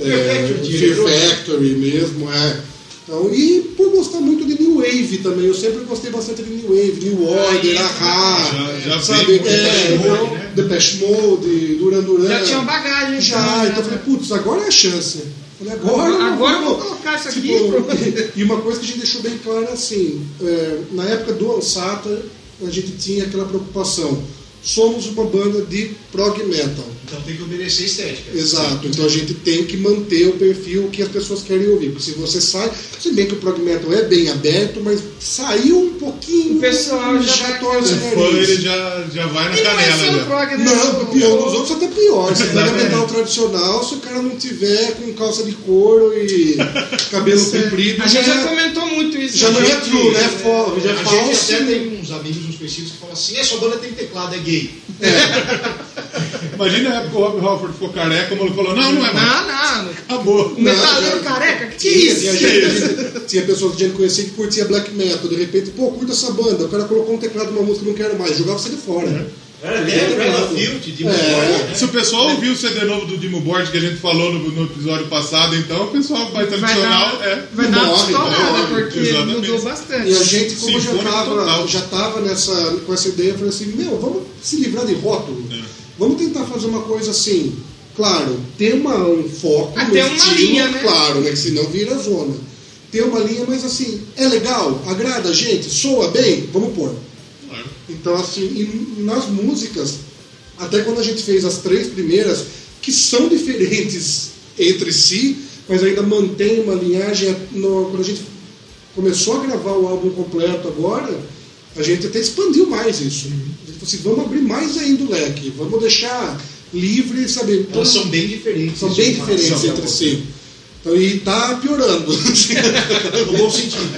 D: é,
C: Fear
B: né?
C: Factory,
D: Fear
C: eletrônico.
D: Factory mesmo, é. Então, e por gostar muito de New Wave também, eu sempre gostei bastante de New Wave, New
B: É,
D: Order, Ahá,
B: né? Já, já
D: sabe?
B: veio com
D: É,
B: Depeche Mode, né?
D: então, Depeche Mode, Duran Duran.
A: Já tinha uma bagagem.
D: Já,
A: né?
D: então eu falei, putz, agora é a chance. Eu Falei, agora, eu
A: Agora eu vou colocar isso aqui.
D: Tipo, [LAUGHS] e uma coisa que a gente deixou bem clara assim, é, na época do Ansata, a gente tinha aquela preocupação. Somos uma banda de prog metal.
C: Então tem que obedecer a estética.
D: Exato, então a gente tem que manter o perfil que as pessoas querem ouvir. Porque se você sai, se bem que o prog metal é bem aberto, mas saiu um pouquinho.
A: O pessoal já tá vai-
D: torce o
B: O fã
D: nariz.
B: ele já, já vai na
A: E não é só
B: canela.
A: no
B: Já.
A: prog, né?
D: Não, pior nos outros até pior. Se pega
B: Exatamente.
D: metal tradicional, se o cara não tiver com calça de couro e cabelo comprido,
A: A
D: já,
A: gente já comentou muito isso.
D: já não
A: né?
D: é true, né? Fo- Já é
C: a gente
D: falso.
C: até tem uns amigos, uns conhecidos que falam assim, é, sua banda tem teclado, é gay.
B: Imagina a época que o Rob Halford ficou careca, o maluco falou: não, não é mais.
A: Não, não.
B: Acabou.
A: O metaleiro
D: já-
A: careca? Que é
D: Tinha,
A: isso?
D: gente, tinha pessoas que a gente conhecia que curtia black metal, de repente, pô, curta essa banda, o cara colocou um teclado numa música que não quero mais, jogava você de fora.
C: Era
D: até
C: até
D: Umbrella
C: Umbrella
D: Field,
C: Field,
D: Dimmu
C: É.
D: Borgir,
B: Se o pessoal ouviu o CD novo do Dimo Borg que a gente falou no, no episódio passado, então o pessoal vai
A: Vai
B: tradicional.
A: dar,
B: é.
A: vai dar uma
D: Morre,
A: estourada,
B: morre,
A: porque
B: exatamente.
A: mudou bastante.
D: E a gente, como já
B: Sinfônico
D: tava,
B: total.
D: já tava nessa, com essa ideia, eu falei assim, meu, vamos se livrar de rótulo.
B: É.
D: Vamos tentar fazer uma coisa assim, claro, ter uma, um foco,
A: Ah,
D: um
A: ter uma
D: estilo,
A: linha, né?
D: claro, né? Que senão vira zona. Ter uma linha, mas assim, é legal, agrada a gente, soa bem, vamos pôr.
B: Claro.
D: Então, assim, e nas músicas, até quando a gente fez as três primeiras, que são [LAUGHS] diferentes entre si, mas ainda mantém uma linhagem. é no- quando a gente começou a gravar o álbum completo agora, a gente até expandiu mais isso.
C: Uhum.
D: A gente falou assim, vamos abrir mais ainda o leque, vamos deixar livre, sabe?
C: Elas Então, são bem diferentes.
D: são bem
C: uma
D: diferentes
C: relação
D: entre
C: da
D: si. Então, e tá piorando.
C: outra. [LAUGHS] No bom sentido.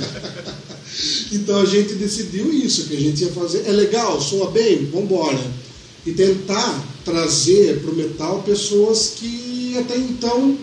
D: Então a gente decidiu isso, que a gente ia fazer. É legal, soa bem, vambora. E tentar trazer para o metal pessoas que até então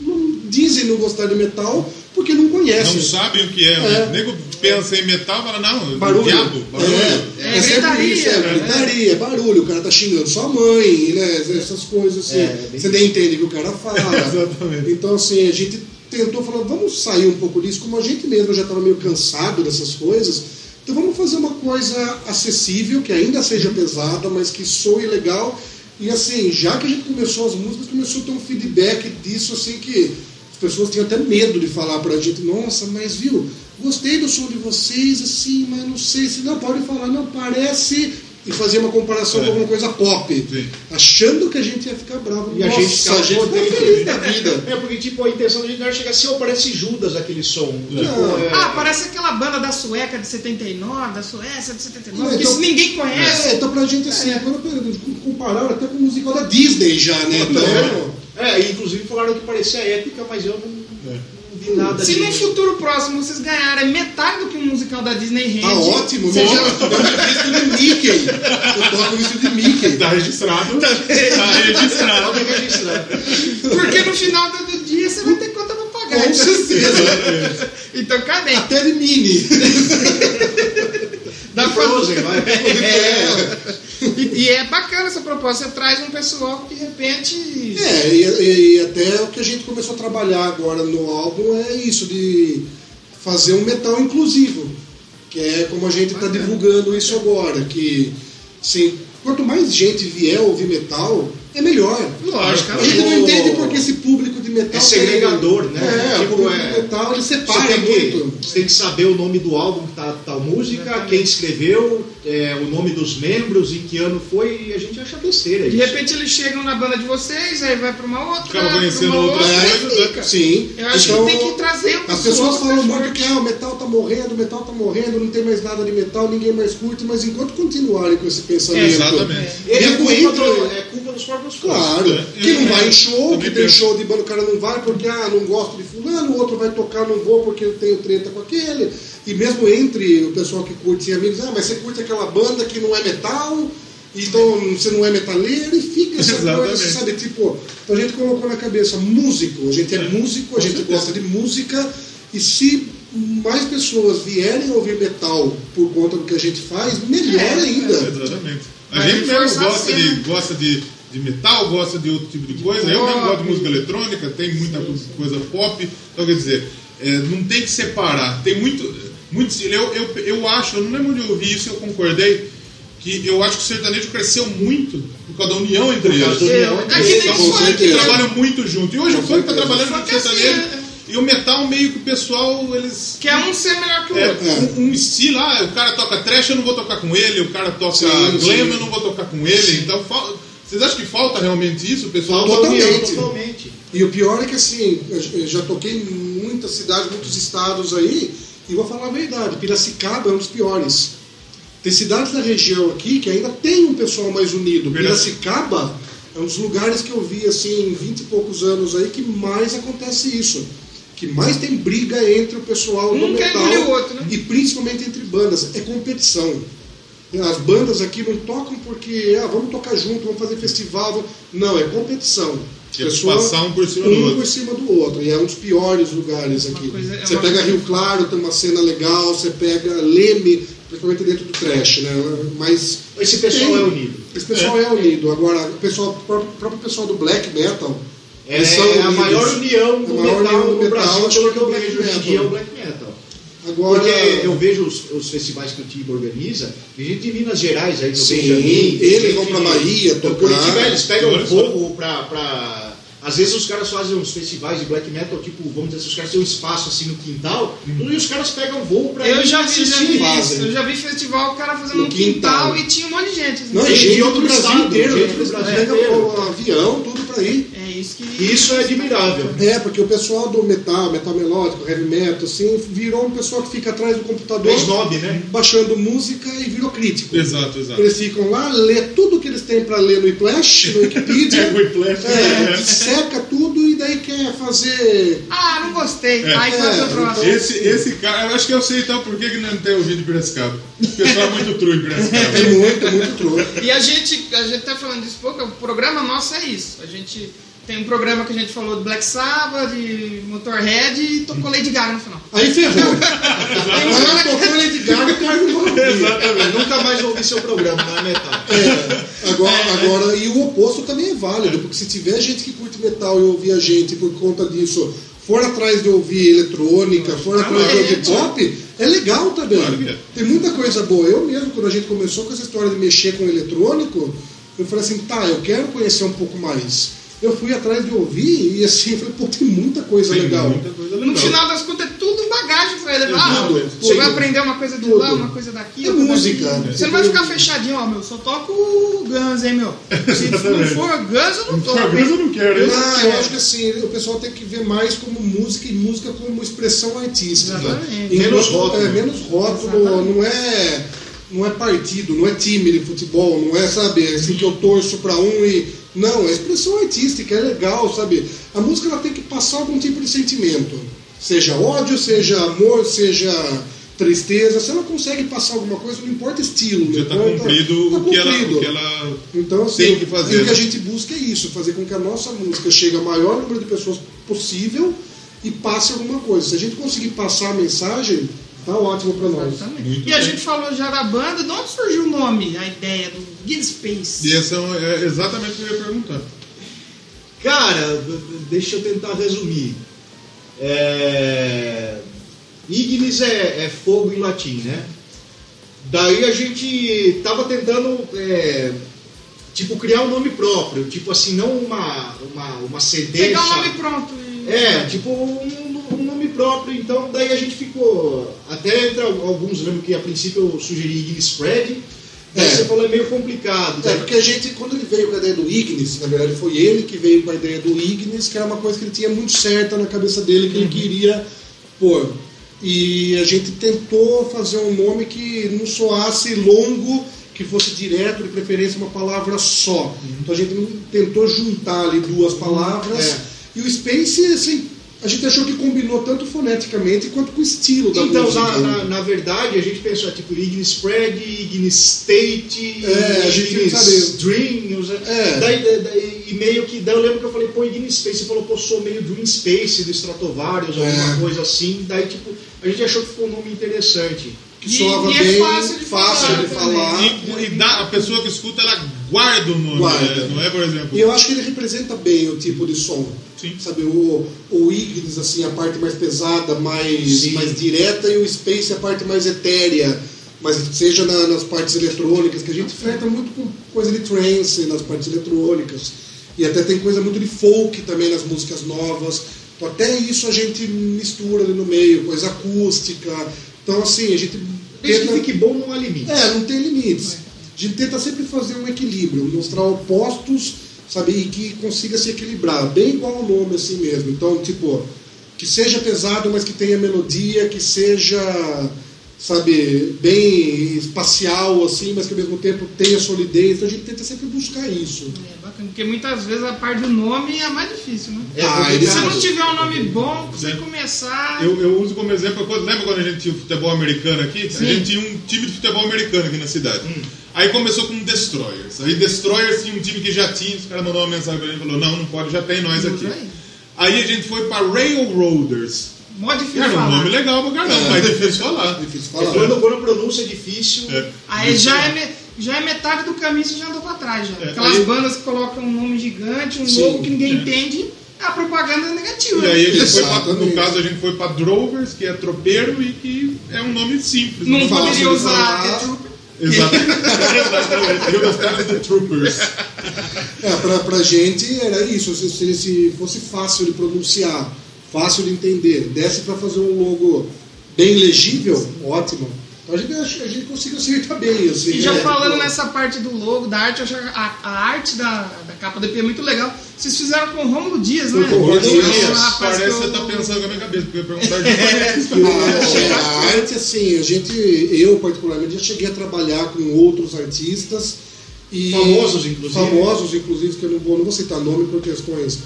D: não dizem não gostar de metal porque não conhecem.
B: Não sabem o que é.
D: É.
B: O nego pensa em metal fala, não,
D: Barulho.
B: diabo, barulho.
D: É, é,
A: É
D: sempre
A: gritaria,
D: isso, é,
A: né?
D: gritaria, barulho, o cara tá xingando sua mãe, né? Essas coisas assim.
C: É, é bem
D: Você nem entende o que o cara
B: [LAUGHS]
D: fala.
B: Exatamente.
D: Então assim, a gente tentou falar, vamos sair um pouco disso, como a gente mesmo já estava meio cansado dessas coisas, Então vamos fazer uma coisa acessível, que ainda seja
B: Uhum.
D: pesada, mas que soe legal. E assim, já que a gente começou as músicas, começou a ter um feedback disso, assim, que as pessoas tinham até medo de falar pra gente, nossa, mas viu, gostei do som de vocês, assim, mas não sei se. Não, pode falar, não, parece. E fazer uma comparação
B: É.
D: com alguma coisa pop.
B: Sim.
D: Achando que a gente ia ficar bravo.
C: E a
D: Nossa,
C: gente tá ficava
D: a gente né? ficou
C: feliz.
D: feliz da vida.
C: É, porque tipo, a intenção da gente não era chegar assim, ó, parece Judas aquele som. Tipo, é,
A: Ah, parece aquela banda da Sueca de 79, da Suécia de 79,
D: Não,
A: que
D: então-
A: isso ninguém conhece.
D: É, então pra gente assim, agora compararam até com o musical da Disney já, né? Então,
C: é, e inclusive falaram que parecia épica, mas eu não,
B: É.
C: não vi nada
A: Se no
C: disso.
A: futuro próximo vocês ganharem metade do que um musical da Disney rende,
D: tá ótimo, né?
A: Você
D: Já
A: já-
D: toca o de Mickey. Eu toco o disco de Mickey.
B: Tá registrado. Tá registrado.
C: Pode registrar.
A: porque no final do dia você vai ter conta pra pagar.
D: Com
A: Então-
D: certeza.
A: [LAUGHS] Então cadê?
D: Até de Mini.
A: Dá pra-
C: Frozen, vai.
D: é
A: E, e é bacana essa proposta, você traz um pessoal que de repente.
D: É, e, e- e até o que a gente começou a trabalhar agora no álbum é isso, de fazer um metal inclusivo. Que é como a gente está divulgando isso agora, que assim, quanto mais gente vier ouvir metal, é melhor.
A: Lógico, é.
D: A gente não
C: O-
D: entende porque esse público de metal.
C: É segregador, né?
D: É,
C: Tipo,
D: o público
C: é-
D: de metal ele
C: Você
D: separa
C: tem, que,
D: muito.
C: você tem que saber o nome do álbum que tá tal música, quem escreveu, é, o nome dos membros, em que ano foi, e a gente acha besteira
A: De
C: isso.
A: repente eles chegam na banda de vocês, aí vai pra uma outra.
B: Acaba conhecendo
A: pra uma
B: outra
D: é.
B: coisa, né?
D: Sim.
A: Eu acho
D: Então,
A: que tem que trazer um
D: As pessoas
A: pessoal
D: falam
A: pra
D: muito que ah, o metal tá morrendo, o metal tá morrendo, não tem mais nada de metal, ninguém mais curte, mas enquanto continuarem com esse pensamento.
A: É,
B: Exatamente.
C: É,
D: Vem com
C: culpa
D: ídolo.
C: do- é culpa dos próprios fãs.
D: Claro,
B: É,
D: que não
B: é,
D: vai em show, que
B: também
D: tem
B: penso.
D: show de banda, o cara não vai porque ah, não gosto de fulano, o outro vai tocar, não vou porque eu tenho treta com aquele. E mesmo entre o pessoal que curte e amigos, ah, mas você curte aquela banda que não é metal, então você não é metaleiro, e fica essa coisa,
B: Exatamente.
D: sabe? Tipo, então a gente colocou na cabeça músico, a gente é músico, a gente gosta de música, e se mais pessoas vierem ouvir metal por conta do que a gente faz, melhor
A: É,
D: ainda.
B: Exatamente. A
A: Mas
B: gente
A: tem que
B: mesmo
A: forçar a
B: gosta,
A: cena.
B: de, gosta de, de metal, gosta de outro tipo de coisa. Eu mesmo
A: pop.
B: gosto de música eletrônica, tem muita co- coisa pop. Então, quer dizer, é, não tem que separar. Tem muito. muito estilo. eu, eu, eu acho, eu não lembro onde eu ouvi isso, eu concordei, que eu acho que o sertanejo cresceu muito por causa da união entre
C: Por causa
B: eles.
C: do união
A: É que nem
D: Com
A: funk,
B: Eles
D: certeza.
A: né?
B: trabalham muito junto. E hoje o funk tá
D: certeza.
B: trabalhando
A: Só
B: muito
A: que
B: com o sertanejo.
A: assim,
B: E o metal meio que o pessoal, eles
A: Que é um ser melhor que o
B: é,
A: outro.
B: um, um estilo, ah, o cara toca trash, eu não vou tocar com ele, o cara toca
D: Sim,
B: glam,
D: sim.
B: eu não vou tocar com ele. Então, fal- vocês acham que falta realmente isso, pessoal?
D: Falta
C: União,
D: totalmente.
C: totalmente.
D: E o pior é que assim, eu já toquei em muitas cidades, muitos estados aí, e vou falar a verdade, Piracicaba é um dos piores. Tem cidades da região aqui que ainda tem um pessoal mais unido.
B: Piraci-
D: Piracicaba é um dos lugares que eu vi assim em 20 e poucos anos aí que mais acontece isso. Que mais tem briga entre o pessoal do
A: Um quer
D: metal
A: engolir o outro, né?
D: e principalmente entre bandas. É competição. As bandas aqui não tocam porque ah, vamos tocar junto, vamos fazer festival. vamos- Não, é competição.
B: Que
C: é
B: eles passam um por cima do
D: um
B: outro.
D: por cima do outro. E é um dos piores lugares aqui.
A: coisa- é
D: você
A: uma-
D: pega Rio Claro, tem uma cena legal, você pega Leme, principalmente dentro do trash, né? Mas.
C: Esse pessoal
D: tem-
C: é unido.
D: Esse pessoal é, unido. Agora, o pessoal, o próprio, o próprio pessoal do black metal.
C: É,
D: eles são
C: a
D: unidos.
C: maior união
D: A
C: do metal
D: maior união do
C: no
D: metal,
C: Brasil, pelo
D: acho que
C: que
D: é o
C: eu
D: black
C: vejo hoje em
D: metal.
C: dia, é o black metal.
D: Agora,
C: Porque eu vejo os, os festivais que o time organiza, tem gente de Minas Gerais aí no
D: Sim,
C: Benjamin,
D: eles
C: gente
D: vão pra
C: de-
D: Bahia
C: do
D: tocar.
C: Então, Curitiba, eles pegam
B: Olha
C: um
B: só.
C: pouco pra, pra- Às vezes os caras fazem uns festivais de black metal, tipo, vamos dizer, os caras têm um espaço assim no quintal, e os caras pegam um voo pra
A: Eu
C: ir
A: já vi, já
C: assistir.
A: vi
D: fazem.
A: isso. Eu já vi festival, o cara fazendo
D: No
A: um quintal,
D: quintal.
A: e tinha um monte de gente. assim.
D: Não,
C: Tem
D: é
C: de
D: gente
C: outro
D: do Brasil
C: estado,
D: inteiro.
C: gente do
D: Eles
C: Brasil
D: pegam
C: inteiro.
D: o avião, tudo pra ir.
A: É isso que.
C: Isso é admirável.
D: É, porque o pessoal do metal, metal melódico, heavy metal, assim, virou um pessoal que fica atrás do computador,
C: É snob, né?
D: baixando música e virou crítico.
B: Exato, exato.
D: Eles ficam lá, lê tudo que eles têm pra ler no Whiplash, no Wikipedia.
B: É, Whiplash,
D: [LAUGHS] é,
B: é.
D: seca tudo e daí quer fazer.
A: Ah, não gostei.
B: É.
A: Aí faz
D: É,
A: o próximo.
B: Esse, esse cara, eu acho que eu sei então por que que não tem ouvido em Piracicaba. O pessoal é muito true em Piracicaba.
D: É muito, muito troco.
A: E a gente, a gente tá falando disso pouco, o programa nosso é isso. A gente tem um programa que a gente falou de Black Sabbath, de Motorhead e tocou Lady Gaga no final.
D: Aí ferrou. [LAUGHS] Agora tocou Lady Gaga, o cara não vai ouvir.
C: Exatamente. Nunca mais ouvi seu programa, na metal.
D: É, agora, agora, e o oposto também é válido, porque se tiver gente que curte metal e ouvir a gente e por conta disso for atrás de ouvir eletrônica, for atrás de
A: é,
D: ouvir
A: é,
D: pop, é legal também.
B: Claro que é.
D: Tem muita coisa boa. Eu mesmo, quando a gente começou com essa história de mexer com eletrônico, eu falei assim, tá, eu quero conhecer um pouco mais. Eu fui atrás de ouvir e assim, eu falei, pô, tem muita coisa
B: Tem
D: legal.
B: muita coisa legal.
A: No final das contas, é tudo bagagem pra ele. Ah,
D: Tudo,
A: você vai
D: tudo.
A: aprender uma coisa de
D: Tudo.
A: lá, uma coisa daqui.
D: É
A: outra
D: música,
A: daqui.
D: né?
A: Você não vai ficar fechadinho, ó, meu. Só toco o Guns, hein, meu. Se não for Guns, eu não toco.
B: Uma coisa eu não quero, hein?
D: Ah, eu acho que assim, o pessoal tem que ver mais como música e música como expressão artística.
A: Exatamente.
C: Menos
D: Enquanto-
C: rótulo.
D: É, menos rótulo,
A: Exatamente.
D: não é, não é partido, não é time de futebol, não é, sabe, assim que eu torço pra um e. Não, é expressão artística, é legal, sabe? A música ela tem que passar algum tipo de sentimento. Seja ódio, seja amor, seja tristeza, se ela consegue passar alguma coisa, não importa estilo.
B: Já
D: não
B: está
D: importa-
B: cumprido
D: tá
B: o que ela-
D: cumprido.
B: o que ela
D: Então, assim,
B: Tem que fazer. né?
D: e o que a gente busca é isso, fazer com que a nossa música chegue ao maior número de pessoas possível e passe alguma coisa. Se a gente conseguir passar a mensagem, tá ótimo pra nós.
A: Exatamente.
B: Muito
A: E a
B: bem.
A: gente falou já da banda, de onde surgiu o nome, a ideia do Guild Space?
B: E essa é exatamente o que eu ia perguntar.
C: Cara, d- d- deixa eu tentar resumir. É... Ignis é, é fogo em latim, né? Daí a gente tava tentando, é, tipo, criar um nome próprio. Tipo assim, não uma, uma, uma CD.
A: Pegar o
C: sabe?
A: nome pronto. e-
C: É, tipo um, um nome próprio, então daí a gente ficou. Até entra alguns, lembro que a princípio eu sugeri Ignis Fred, daí
D: É.
C: você falou é meio complicado.
D: É,
C: né?
D: porque a gente, quando ele veio com a ideia do Ignis, na verdade foi ele que veio com a ideia do Ignis, que era uma coisa que ele tinha muito certa na cabeça dele,
A: Uhum.
D: que ele queria pôr. E a gente tentou fazer um nome que não soasse longo, que fosse direto, de preferência uma palavra só.
A: Uhum.
D: Então a gente não tentou juntar ali duas palavras.
C: É.
D: E o Space, assim, a gente achou que combinou tanto foneticamente quanto com o estilo da
C: Então,
D: música.
C: na, na, na verdade, a gente pensou, tipo, Ignis Fred, Ignis State,
D: É, a gente
C: Ignis
D: sabe.
C: Dream, os-
D: É.
C: daí, daí- daí- e meio que, daí eu lembro que eu falei, pô, Ignis Space, você falou, pô, sou meio Dream Space do Stratovarius, alguma
D: É.
C: coisa assim, daí, tipo, a gente achou que ficou um nome interessante.
D: Que
A: E-
D: soava
A: e é
D: bem,
A: fácil de
D: fácil
A: falar
D: de
A: também.
D: falar.
B: E, e dá- a pessoa que escuta, ela guarda o nome,
D: Guarda.
B: né? não é, por exemplo,
D: E eu acho que ele representa bem o tipo de som.
B: Sim.
D: Sabe, o, o Ignis, assim, a parte mais pesada, mais,
C: Sim.
D: mais direta, e o Space a parte mais etérea. Mas seja na- nas partes eletrônicas, que a gente flerta muito com coisa de trance nas partes eletrônicas. E até tem coisa muito de folk também nas músicas novas. Então até isso a gente mistura ali no meio, coisa acústica. Então assim, a gente
C: Desde que fique bom, não há limite.
D: é, não tem limites. A gente tenta sempre fazer um equilíbrio, mostrar opostos, sabe, e que consiga se equilibrar, bem igual o nome assim mesmo. Então, tipo, que seja pesado, mas que tenha melodia, que seja, sabe, bem espacial assim, mas que ao mesmo tempo tenha solidez. Então a gente tenta sempre buscar isso.
A: É, bacana, porque muitas vezes a parte do nome é a mais difícil, né?
C: É
D: Ah,
C: complicado.
D: ele-
A: Se não tiver um nome bom, pra você
B: É.
A: começar.
B: eu, eu uso como exemplo, quando- lembra quando a gente tinha futebol americano aqui?
A: Sim.
B: A gente tinha um time de futebol americano aqui na cidade. Aí começou com Destroyers. Aí Destroyers tinha um time que já tinha, os caras mandaram uma mensagem pra gente e falou, não, não pode, já tem nós aqui.
A: Aí.
B: Aí a gente foi para Railroaders.
A: Mó difícil
B: Cara, um
A: falar.
B: nome legal pra caramba,
D: É.
B: mas difícil falar.
D: Difícil
C: É,
D: falar.
C: Quando, quando a pronúncia é difícil,
B: É.
A: Aí já é, me- já é metade do caminho você já andou pra trás. Já.
B: É,
A: Aquelas
B: aí-
A: bandas que colocam um nome gigante, um
D: Sim,
A: logo que ninguém
B: é.
A: entende, a propaganda é negativa.
B: E aí a gente foi pra- no
D: Exatamente.
B: caso a gente foi pra Drovers, que é tropeiro e que é um nome simples.
A: Não
B: né?
A: [LAUGHS]
D: fala
A: poderia
D: sobre
A: usar
D: falar.
A: The Trooper.
B: [LAUGHS] Exatamente. Exatamente. Eu gostava de é Troopers.
D: É, pra, pra gente era isso, se, se, se fosse fácil de pronunciar, fácil de entender, desse pra fazer um logo bem legível, ótimo. Então a gente, acha- a gente conseguiu acertar bem, assim.
A: E já
D: né?
A: falando
D: Pô,
A: nessa parte do logo, da arte, eu acho a, a arte da, da capa do EP é muito legal. Vocês fizeram com o Romulo Dias, né?
D: Foi com o Romulo
A: Esse
D: Dias.
A: é um rapaz
B: Parece que
A: que
B: você
A: eu-
B: tá pensando na minha cabeça, porque eu ia perguntar de quem é
D: A, a arte, assim, a gente, eu particularmente, já cheguei a trabalhar com outros artistas. E
C: Famosos, inclusive.
D: Famosos, inclusive, que eu não vou, não vou citar nome por questões.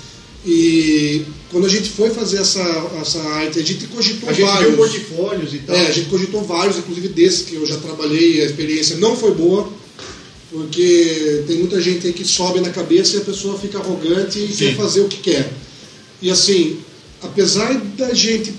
D: E quando a gente foi fazer essa, essa arte, a gente cogitou
C: a gente um
D: vários.
C: viu portfólios e tal.
D: É, a gente cogitou vários, inclusive desses que eu já trabalhei, a experiência não foi boa, porque tem muita gente aí que sobe na cabeça e a pessoa fica arrogante e
B: Sim.
D: quer fazer o que quer. E assim, apesar da gente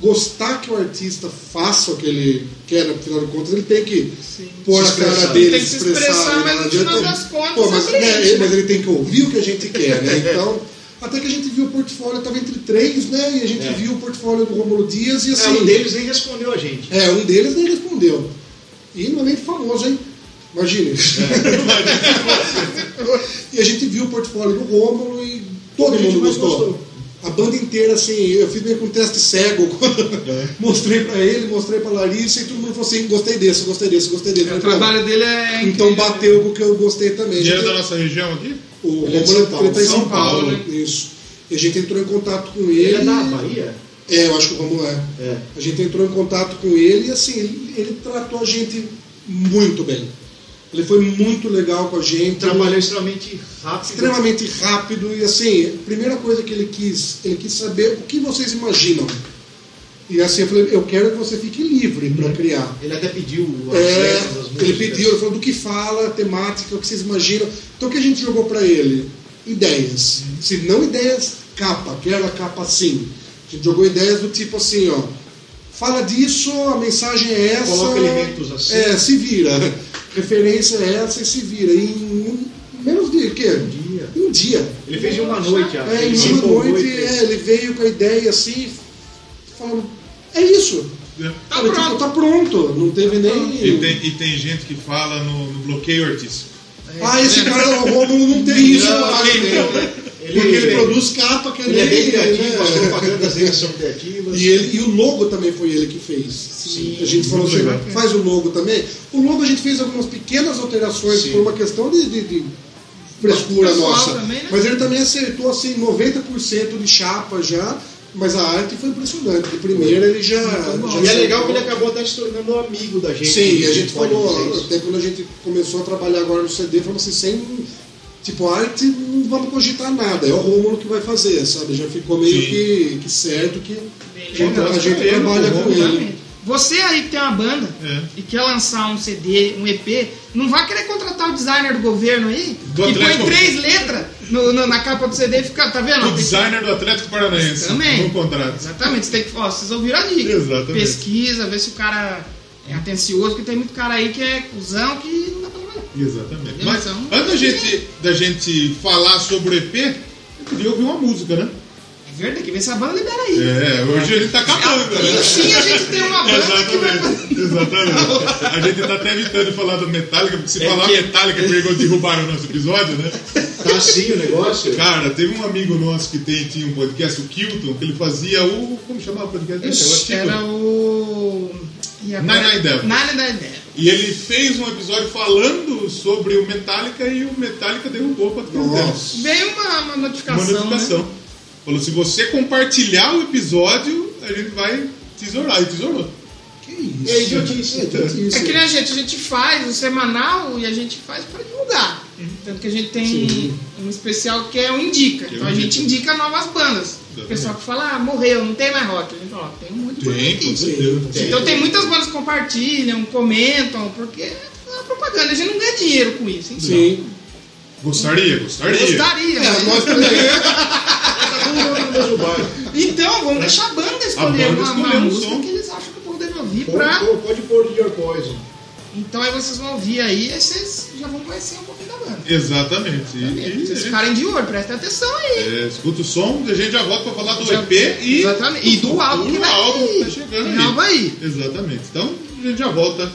D: gostar que o artista faça o que ele quer, no final de contas, ele tem que
A: Sim.
D: pôr a
C: Se
D: cara
C: expressar.
D: dele,
A: Tem que se expressar,
D: né?
A: mas
D: Não
A: no final
D: adianta-
A: das contas
D: Pô, mas,
A: é pra
D: né,
A: gente, né?
D: mas ele tem que ouvir o que a gente quer, né? Então, Até que a gente viu o portfólio, estava entre três, né? E a gente
C: É.
D: viu o portfólio do Romulo Dias e assim.
C: É, um deles nem respondeu a gente.
D: É, um deles nem respondeu. E não é nem famoso, hein? Imagina. [LAUGHS] e a gente viu o portfólio do Rômulo e todo
C: Todo
D: mundo
C: mundo
D: gostou.
C: gostou.
D: A banda inteira, assim, eu fiz meio que um teste cego.
C: É.
D: [LAUGHS] mostrei pra ele, mostrei pra Larissa e todo mundo falou assim: gostei desse, gostei desse, gostei desse.
A: O
D: Eu falei,
A: trabalho dele é.
D: "Pô,
A: incrível.
D: então
C: né?
D: bateu com o que eu gostei também.
B: E
D: A
B: é
D: gente-
B: da nossa região aqui?
D: O Rômulo
C: Ele é de São Paulo. né?
D: ele tá em São,
A: São
D: Paulo.
A: Paulo,
D: Isso. E a gente entrou em contato com ele.
C: Ele é da Bahia?
D: É, eu acho que o Romulo é.
C: É.
D: A gente entrou em contato com ele e assim, ele, ele tratou a gente muito bem. Ele foi muito legal com a gente,
C: Trabalhou extremamente rápido.
D: extremamente rápido e assim, a primeira coisa que ele quis, ele quis saber o que vocês imaginam. E assim, eu falei, eu quero que você fique livre para criar.
C: Ele até pediu as
D: É,
C: letras, as
D: ele
C: músicas.
D: pediu, ele falou do que fala, temática, o que vocês imaginam. Então o que a gente jogou para ele? Ideias. Se não ideias, capa, quero a capa assim. A gente jogou ideias do tipo assim, ó. Fala disso, a mensagem é essa.
C: Coloca elementos assim.
D: É, se vira. Referência é essa e se vira. E em um- menos de quê?
C: Um dia.
D: Um dia.
C: Ele fez em uma noite, acho.
D: É,
C: ele
D: em
C: se
D: uma
C: empolgou
D: noite,
C: e fez.
D: é, ele veio com a ideia assim, falando, é isso.
B: É.
A: Tá
D: Falei, tipo,
A: pronto.
D: tá pronto. Não teve nem.
B: E tem, e tem gente que fala no, no bloqueio artístico.
A: É,
D: Ah, esse cara, o Rômulo não tem isso
C: Não,
D: mais,
C: ele-
D: né?
C: ele- é
D: Porque ele produz capa que
C: Ele é bem criativo, as
D: né?
C: propagandas dele são criativas.
D: E, ele, e o logo também foi ele que fez.
C: Sim.
D: a gente falou
B: Muito
D: assim,
B: legal.
D: faz o logo também. O logo a gente fez algumas pequenas alterações
C: Sim.
D: por uma questão de, de- de frescura
A: Pessoal
D: nossa.
A: também, né?
D: Mas ele também acertou assim 90% de chapa já, mas a arte foi impressionante. De primeira ele já.
A: bom.
D: já
C: E é legal que
D: acertou.
C: ele acabou até se tornando um amigo da gente.
D: Sim, a gente
C: pode dizer
D: falou,
C: isso.
D: até quando a gente começou a trabalhar agora no CD, falou assim, sem. Tipo, arte não vamos cogitar nada, é o Rômulo que vai fazer, sabe? Já ficou meio
B: Sim.
D: que, que certo que
A: Bem
D: que
A: legal.
D: a gente
B: Ele, o
D: trabalha com
B: Rômulo,
D: ele.
A: Exatamente. Você aí que tem uma banda
B: É.
A: e quer lançar um CD, um EP, não vai querer contratar o designer do governo aí
B: Do
A: e
B: Atlético.
A: põe três letras no- no- na capa do CD e fica, tá vendo?
B: O designer do Atlético Paranaense.
A: Também.
B: No contrato.
A: Exatamente, você tem que, ó, vocês ouviram a dica.
B: Exatamente.
A: Pesquisa, vê se o cara é atencioso, porque tem muito cara aí que é cuzão que não dá pra trabalhar.
B: Exatamente.
A: Entendeu?
B: Mas
A: Então-
B: antes da gente, da gente falar sobre o EP, eu queria ouvir uma música, né?
A: É verdade, que ver se a banda libera aí.
B: É, hoje ele tá acabando,
A: E
B: né?
A: sim, a gente tem uma banda que vai fazer.
B: Exatamente, exatamente. A gente tá até evitando falar do Metallica, porque se
C: É
B: falar
C: que-
B: Metallica, perigoso derrubar o nosso episódio, né?
C: Tá assim o negócio.
B: Cara, teve um amigo nosso que tem, tinha um podcast, o Kilton, que ele fazia o. Como chamava o podcast dele? Agora, Chico.
A: Era o. E
B: Nine Nine Devil.
A: Nine Nine Devil.
B: E ele fez um episódio falando sobre o Metallica e o Metallica um derrubou o podcast dele.
D: Nossa.
A: Veio uma, uma
B: uma
A: notificação.
B: notificação.
A: né?
B: Falou, se você compartilhar o episódio, a gente vai tesourar. E tesourou.
D: Que isso?
C: É idiotice.
D: É idiotice.
A: É que nem a gente, a gente faz o semanal e a gente faz para divulgar. Uhum. Tanto que a gente tem
D: Sim.
A: um especial que é o Indica.
B: Que é o
A: então a gente indica novas bandas. O
B: Exatamente.
A: pessoal que fala, ah, morreu, não tem mais rock. A gente fala, ó, tem muito banda
B: Tem,
A: aqui.
B: com certeza.
C: Tem.
A: Então tem muitas bandas que compartilham, comentam, porque é uma propaganda. A gente não ganha dinheiro com isso. Então.
D: Sim.
B: Gostaria, gostaria.
A: Gostaria.
D: É,
A: mas-
B: [LAUGHS]
D: nós também.
C: Todo mundo no mesmo barco.
A: Então, vamos deixar a banda escolher
B: banda
A: uma,
B: escolher
A: uma
B: um
A: música
B: som.
A: que eles acham que o povo deve ouvir pra.
C: Pode, pode pôr o Your Poison.
A: Então aí vocês vão ouvir aí, aí vocês já vão conhecer um pouquinho da banda.
B: Exatamente. E- e
A: Vocês
B: a
A: ficarem de olho, prestem atenção aí.
B: gente- é, escuta o som, a gente já volta pra falar do
A: Já-
B: EP É, e,
A: Exatamente. E do álbum que
B: do
A: vai
B: álbum que
A: aí.
B: tá chegando
A: Tem
B: aí.
A: álbum aí.
B: Exatamente. Então, a gente já volta.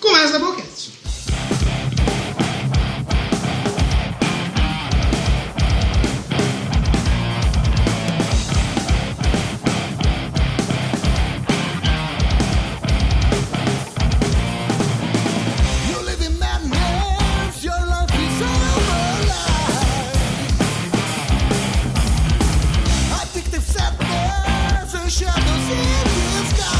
A: Começa da Boquete.
E: You're living madness. Your life is overlife. Addictive sadness and shadows in the sky.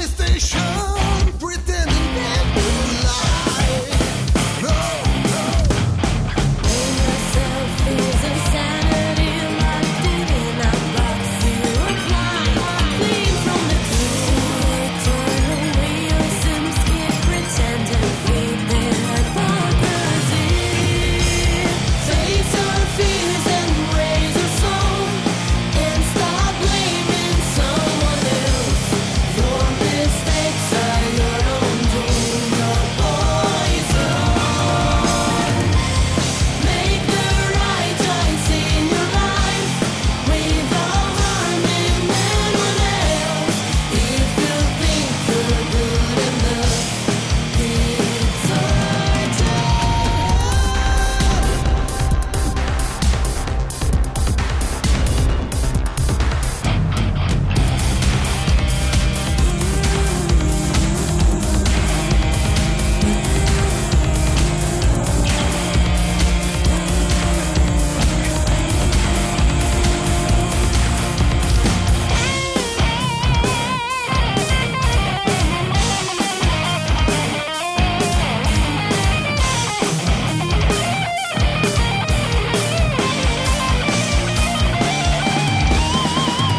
E: Politician pretending not to lie. No,
F: Mistakes are your own doing, your poison. Make the right choice in your life without harming anyone else. If you think you're good enough, it's our job.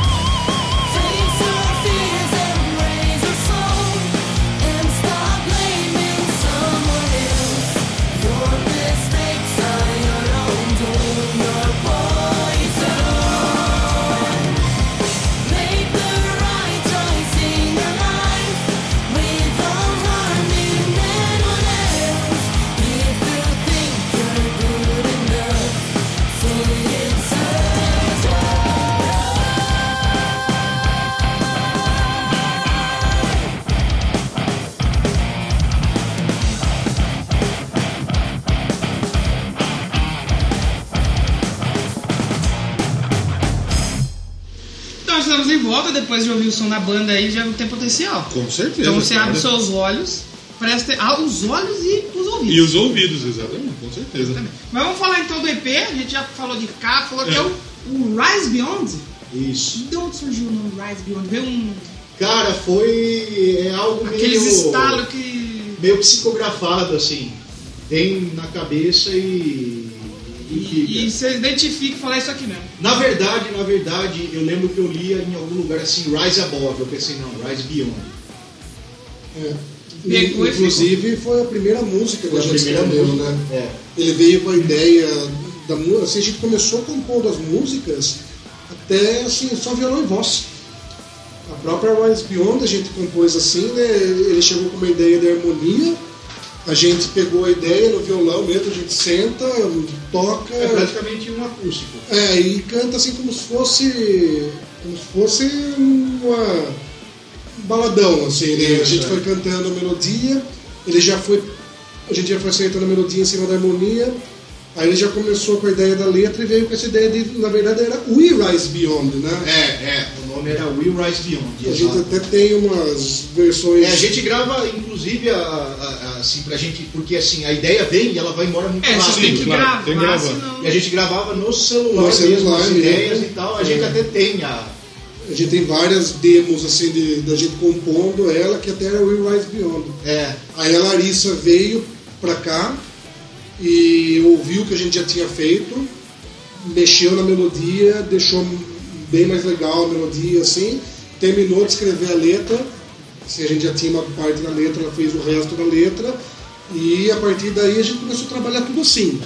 F: Face our fears and raise our soul, and stop blaming someone else. Your mistakes are your own doing, your poison. Make the right choice in your life, without harming anyone else. If you think you're good enough, say it's a
A: Então estamos de volta, depois de ouvir o som da banda aí, já tem potencial.
B: Com certeza.
A: Então você abre
B: cara.
A: os seus olhos, presta ah, os olhos e os ouvidos.
B: E os ouvidos, exatamente, com certeza.
A: Também. Mas vamos falar então do EP, a gente já falou de capa, falou que é o, o Rise Beyond.
C: Isso.
A: De onde surgiu o nome Rise Beyond? Veio um,
C: Cara, foi. É algo
A: aqueles
C: meio.
A: estalos que.
C: meio psicografado, assim. Vem na cabeça e. e fica.
A: E, e você identifica e fala "É isso aqui mesmo.
C: Na verdade, na verdade, eu lembro que eu lia em algum lugar assim, Rise Above. Eu pensei, não, Rise Beyond.
D: É.
A: Pegou e
D: inclusive foi a primeira música que
C: Foi
D: a
C: a
D: gente
C: primeira
D: escreveu,
C: música.
D: né?
C: É.
D: Ele veio com a ideia da música. Assim, a gente começou compondo as músicas até assim, só violão e voz. A própria Rise Beyond a gente compôs assim, né? Ele chegou com uma ideia de harmonia. A gente pegou a ideia no violão mesmo, a gente senta, toca.
C: É praticamente um acústico.
D: É, e canta assim como se fosse. como se fosse uma um baladão, assim, né? A
C: Isso,
D: gente
C: é.
D: foi cantando a melodia, ele já foi. A gente já foi acertando a melodia em cima da harmonia, aí ele já começou com a ideia da letra e veio com essa ideia de, na verdade, era We Rise Beyond, né?
C: É, é. O nome era Will Rise Beyond.
D: a gente
C: exato.
D: até tem umas versões.
C: É, a gente grava, inclusive, a, a- a- assim, pra gente, porque assim, a ideia vem e ela vai embora muito
A: É, você
C: rápido.
A: tem que
B: claro, tem que
A: gravar,
B: gravar.
A: senão.
C: E a gente gravava no celular,
D: No celular
C: mesmo, as
D: mesmo.
C: ideias e tal. A gente
D: É.
C: até tem a.
D: a gente tem várias demos assim de- da gente compondo ela, que até era We Rise Beyond.
C: É,
D: Aí a Larissa veio pra cá e ouviu o que a gente já tinha feito, mexeu na melodia, deixou bem mais legal a melodia assim, terminou de escrever a letra, assim, a gente já tinha uma parte da letra, ela fez o resto da letra, e a partir daí a gente começou a trabalhar tudo assim.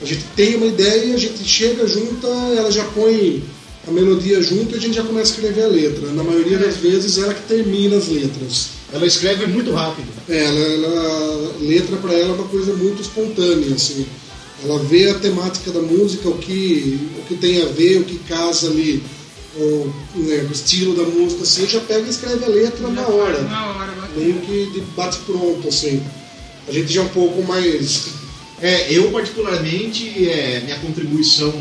D: A gente tem uma ideia, a gente chega, junta, ela já põe a melodia junto e a gente já começa a escrever a letra. Na maioria das vezes ela que termina as letras.
C: ela escreve muito rápido.
D: É, ela, ela- a letra para ela é uma coisa muito espontânea, assim. Ela vê a temática da música, o que, o que tem a ver, o que casa ali, o, né, o estilo da música, assim, já pega e escreve a letra na hora.
A: Na hora, bacana.
D: Meio que de bate pronto, assim. A gente já é um pouco mais.
C: É, eu particularmente, é, minha contribuição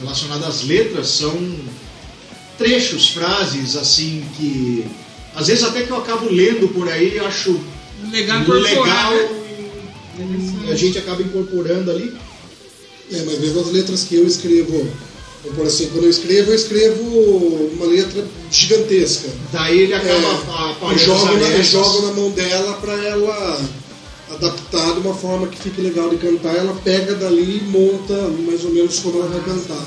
C: relacionada às letras são trechos, frases assim que às vezes até que eu acabo lendo por aí eu acho
A: um Legal incorporar.
C: legal
A: né?
D: né?
C: e a gente acaba incorporando ali.
D: É, mas mesmo as letras que eu escrevo Vamos por assim, quando eu escrevo, eu escrevo uma letra gigantesca.
C: Daí ele acaba a
D: É, e
C: palhaça
D: jogo, na,
C: arestas.
D: e jogo né? na mão dela para ela adaptar de uma forma que fique legal de cantar. Ela pega dali e monta mais ou menos como ela vai cantar.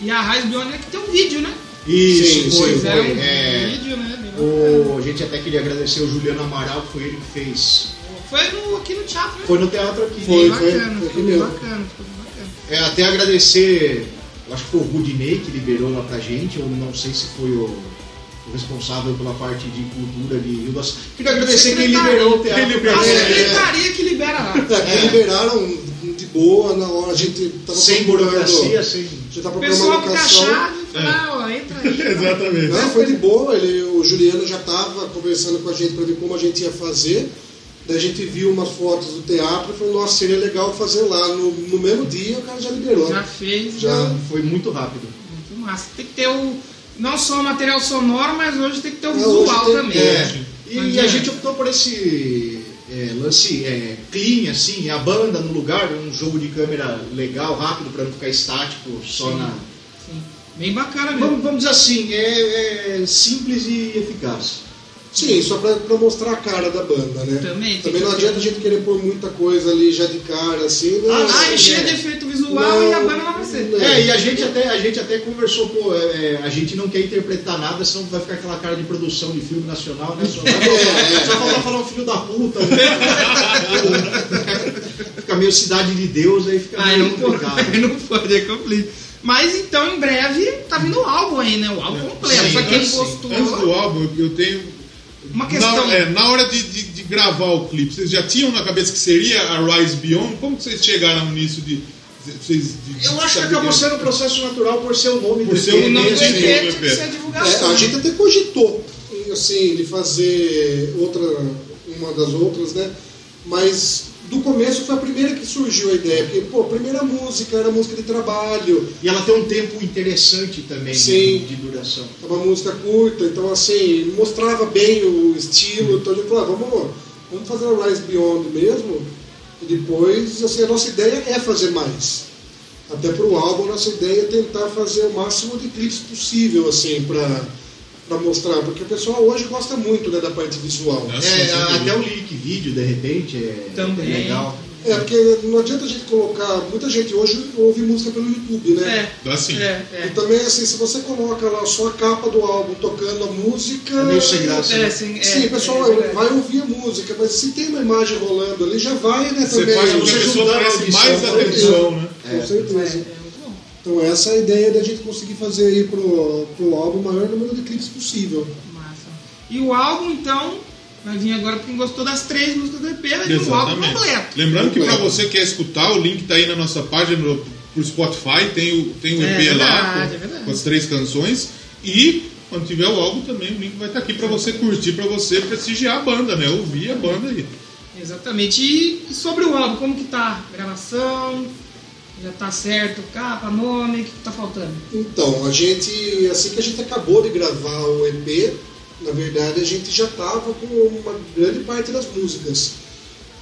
A: E a Raiz Beyond é que tem um vídeo, né?
C: Isso,
D: Sim,
C: foi,
D: sim,
A: Fizeram
C: foi.
A: um
C: É,
A: vídeo, né?
C: o, a gente até queria agradecer o Juliano Amaral, que foi ele que fez.
A: Foi no, aqui no teatro, né?
C: Foi no teatro aqui.
D: Foi,
A: bem bacana,
D: foi
A: ficou bem
D: mesmo.
A: bacana, ficou bem bacana.
C: É, até agradecer, eu acho que foi o Rudinei que liberou lá pra gente, ou não sei se foi o, o responsável pela parte de cultura de Rio das Queria agradecer quem
A: Secretário.
C: liberou o teatro. Ah, é.
B: Quem
C: pra
B: liberou,
A: A
C: gente.
A: secretaria que libera lá.
C: É,
D: Daqui liberaram de boa na hora. A gente tava
C: Sem
D: procurando-
C: burocracia, sem.
D: A gente tava
A: O
D: procurando
A: pessoal
D: uma
A: que tá
D: locação.
A: chave, fala, ó, entra
B: [LAUGHS]
A: aí.
B: Exatamente.
C: Né?
D: Não, foi de boa. Ele, o Juliano já estava conversando com a gente para ver como a gente ia fazer. Daí a gente viu umas fotos do teatro e falou: nossa, seria legal fazer lá. No, no mesmo dia o cara já liberou.
A: Já fez, já.
D: Já.
C: Foi muito rápido.
A: Muito massa. Tem que ter o. Não só o material sonoro, mas hoje tem que ter o
D: É,
A: visual
D: hoje tem-
A: também.
C: É,
A: Mas
C: e a
A: é.
C: gente optou por esse é, lance é, clean, assim, a banda no lugar, um jogo de câmera legal, rápido, pra não ficar estático só
A: Sim.
C: na.
A: Sim. Bem bacana mesmo.
C: Vamos, vamos dizer assim, é, é simples e eficaz.
D: Sim, só para mostrar a cara da banda, né?
A: Também, tem
D: Também não
A: que-
D: adianta a gente querer pôr muita coisa ali já de cara, assim. né?
C: Ah,
A: Ah,
C: sim,
A: encher
C: é.
A: de efeito visual
D: Não,
A: e a banda lá vai ser.
D: não.
C: É, e a gente até, a gente até conversou, pô, é, é, a gente não quer interpretar nada, senão vai ficar aquela cara de produção de filme nacional, né? Só, só falta falar um filho da puta, né? fica meio cidade de Deus, aí fica
A: Aí
C: meio
A: não pode,
C: complicado.
A: aí não pode, é complicado. Mas então em breve tá vindo o álbum aí, né? O álbum
C: É.
A: completo.
B: Sim,
A: pra quem
B: antes-
A: gostou.
B: Antes do álbum, eu tenho.
A: Uma questão.
B: Na, é, na hora de, de- de gravar o clipe, vocês já tinham na cabeça que seria a Rise Beyond? Como que vocês chegaram nisso de. Vocês, de
C: Eu acho que
B: saber-
C: acabou sendo um processo natural por ser o nome
B: Por
C: do
B: ser
C: EP,
B: o
A: Não
B: nome
A: tem
C: né?
B: do EP.
C: Sim.
A: jeito de ser a
D: É,
A: divulgação.
D: a gente até cogitou, assim, de fazer outra, uma das outras, né? Mas do começo foi a primeira que surgiu a ideia, porque, pô, a primeira música era música de trabalho,
C: E ela tem um tempo interessante também né,
D: Sim.
C: de duração.
D: é uma música curta, então, assim, mostrava bem o estilo, então a gente falou, ah, vamos, vamos fazer o Rise Beyond mesmo, e depois, assim, a nossa ideia é fazer mais. Até pro álbum, a nossa ideia é tentar fazer o máximo de clipes possível, assim, pra, pra mostrar, porque o pessoal hoje gosta muito, né, da parte visual.
B: Né? Sim, sim,
C: É,
B: sim.
C: até o lyric vídeo, de repente, é,
A: Também.
C: é legal.
D: É, porque não adianta a gente colocar. Muita gente hoje ouve música pelo YouTube, né?
A: É,
B: Assim.
A: é,
D: E
A: é.
C: Então,
D: também, assim, se você coloca lá só a capa do álbum tocando a música.
C: É meio sem graça.
A: É, sim, é,
D: Sim, o
A: é
D: pessoal
A: verdade.
D: vai ouvir a música, mas se tem uma imagem rolando ali, já vai, né?
B: Você
D: também.
B: faz com que a
C: Você
B: pessoa
C: juntar a
B: preste
C: audição,
B: mais
D: né?
B: atenção, né?
A: É.
D: Com certeza. Então, essa é a ideia da gente conseguir fazer aí pro, pro álbum o maior número de clipes possível.
A: Massa. E o álbum, então, vai vir agora pra quem gostou das três músicas do EP, vai vir o álbum completo.
B: Lembrando que pra
D: Completo.
B: você que quer escutar, o link tá aí na nossa página no, pro Spotify, tem o, tem o
A: É
B: EP lá
A: verdade,
B: com,
A: é verdade.
B: com as três canções. E quando tiver o álbum também, o link vai estar aqui pra você curtir, pra você prestigiar a banda, né? Ouvir a banda aí.
A: Exatamente. E sobre o álbum, como que tá? Gravação? Já tá certo? Capa, nome? O que que tá faltando?
D: Então, a gente, assim que a gente acabou de gravar o EP, na verdade a gente já estava com uma grande parte das músicas.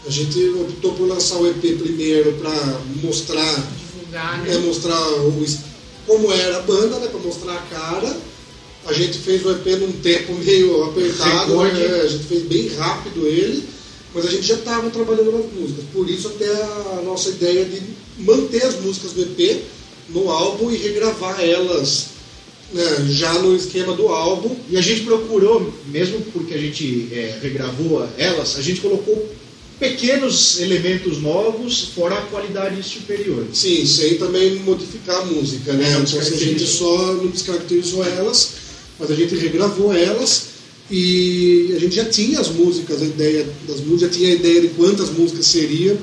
D: A gente optou por lançar o EP primeiro para mostrar,
A: Divulgar, né?
D: é, mostrar o es- como era a banda, né, para mostrar a cara. A gente fez o EP num tempo meio apertado,
C: Recorde.
D: né, a gente fez bem rápido ele, mas a gente já estava trabalhando nas músicas. Por isso até a nossa ideia de manter as músicas do EP no álbum e regravar elas né, já no esquema do álbum.
C: E a gente procurou, mesmo porque a gente é, regravou elas, a gente colocou pequenos elementos novos, fora a qualidade superior.
D: Sim, sem também é modificar a música, né?
C: É, não
D: então, assim, a gente
C: descaracterizou.
D: só não descaracterizou elas, mas a gente regravou elas e a gente já tinha as músicas, a ideia das músicas, já tinha a ideia de quantas músicas seria.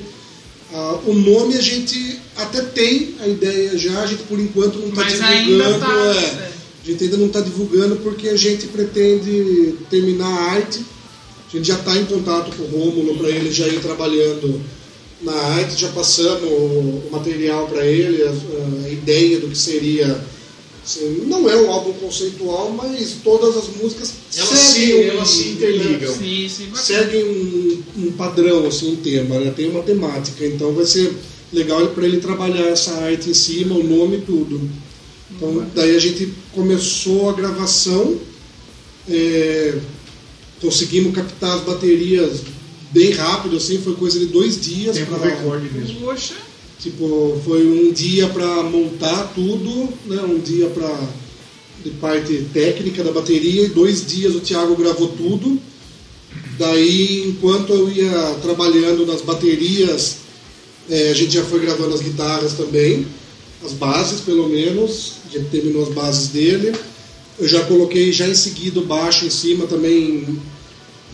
D: Ah, o nome a gente até tem a ideia já, a gente por enquanto não está
A: Mas
D: divulgando.
A: ainda tá.
D: é. A gente ainda não está divulgando porque a gente pretende terminar a arte. A gente já está em contato com o Rômulo para ele já ir trabalhando na arte, já passando o o material para ele, a, a ideia do que seria. assim, não é um álbum conceitual, mas todas as músicas
C: Elas
D: seguem
C: se-
D: um-
C: elas se interligam.
A: é. Sim, sim, bacana.
D: Seguem um, um padrão, assim, um tema, né? tem uma temática. Então vai ser legal para ele trabalhar essa arte em cima, o nome e tudo. Então, daí a gente começou a gravação, é, conseguimos captar as baterias bem rápido, assim, foi coisa de dois dias.
C: Tempo
D: pra-
C: recorde mesmo.
A: um Poxa,
D: Tipo, foi um dia para montar tudo, né? Um dia para de parte técnica da bateria e dois dias o Thiago gravou tudo. Daí, enquanto eu ia trabalhando nas baterias, eh, a gente já foi gravando as guitarras também, as bases pelo menos, já terminou as bases dele. Eu já coloquei já em seguida o baixo em cima também.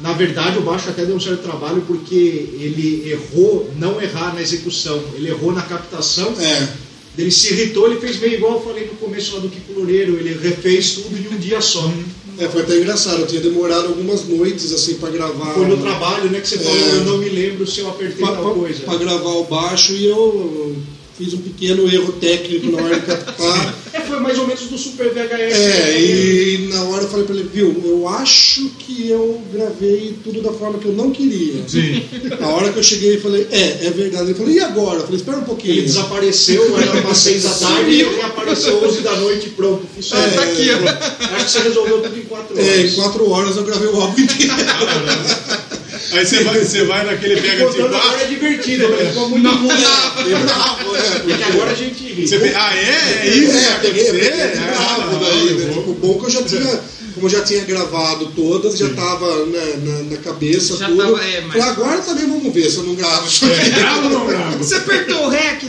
C: Na verdade, o baixo até deu um certo trabalho porque ele errou, não errar na execução, ele errou na captação.
D: É,
C: Ele se irritou, ele fez meio igual eu falei no começo lá do Kiko Loureiro, ele refez tudo em um dia só.
D: é, foi até engraçado, eu tinha demorado algumas noites assim para gravar.
C: Foi no trabalho, né, que você falou,
D: É.
C: eu não me lembro se eu apertei tal coisa.
D: para gravar o baixo e eu fiz um pequeno erro técnico na hora
C: [LAUGHS]
D: de captar.
C: É, foi mais ou menos do Super VHS. né?
D: É, e na hora eu falei pra ele, viu, eu acho que eu gravei tudo da forma que eu não queria.
B: Sim.
D: Na hora que eu cheguei eu falei, é, é verdade. Ele falou, e agora? Eu falei, espera um pouquinho.
C: Ele desapareceu, era umas seis da tarde e ele apareceu 11 da noite e pronto. Isso
A: tá,
C: aí.
A: tá aqui, ó.
C: Acho que você resolveu tudo em quatro horas.
D: É, em quatro horas eu gravei o álbum
C: [LAUGHS]
D: inteiro.
B: Aí você vai, você vai naquele pega tipo,
C: Contando agora
B: ah,
C: é divertido, mas ficou
D: [LAUGHS]
C: muito ruim.
D: Eu bravo, é,
C: Porque agora a gente ri.
B: você vê, ah,
D: [LAUGHS]
B: é? É isso?
D: É, peguei,
B: Você?
D: peguei de
B: Ah,
D: bravo
B: não,
D: daí,
B: eu
D: né?
B: vou-
D: Tipo, bom que eu já tinha, como eu já tinha gravado todas, já tava né, na, na cabeça
A: Já
D: tudo.
A: tava, é, mas-
D: Falei, agora também vamos ver se eu não gravo isso
B: É
D: aqui.
B: bravo ou não bravo?
A: Você apertou o rec?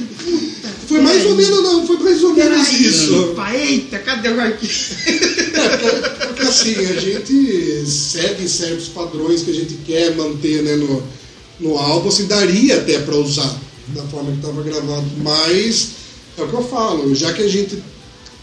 D: Foi mais ou menos, não, foi mais ou menos isso.
A: Opa, eita, cadê o arquivo?
D: Porque assim, a gente segue certos padrões que a gente quer manter né, no, no álbum, assim, daria até pra usar da forma que tava gravado, mas é o que eu falo, já que a gente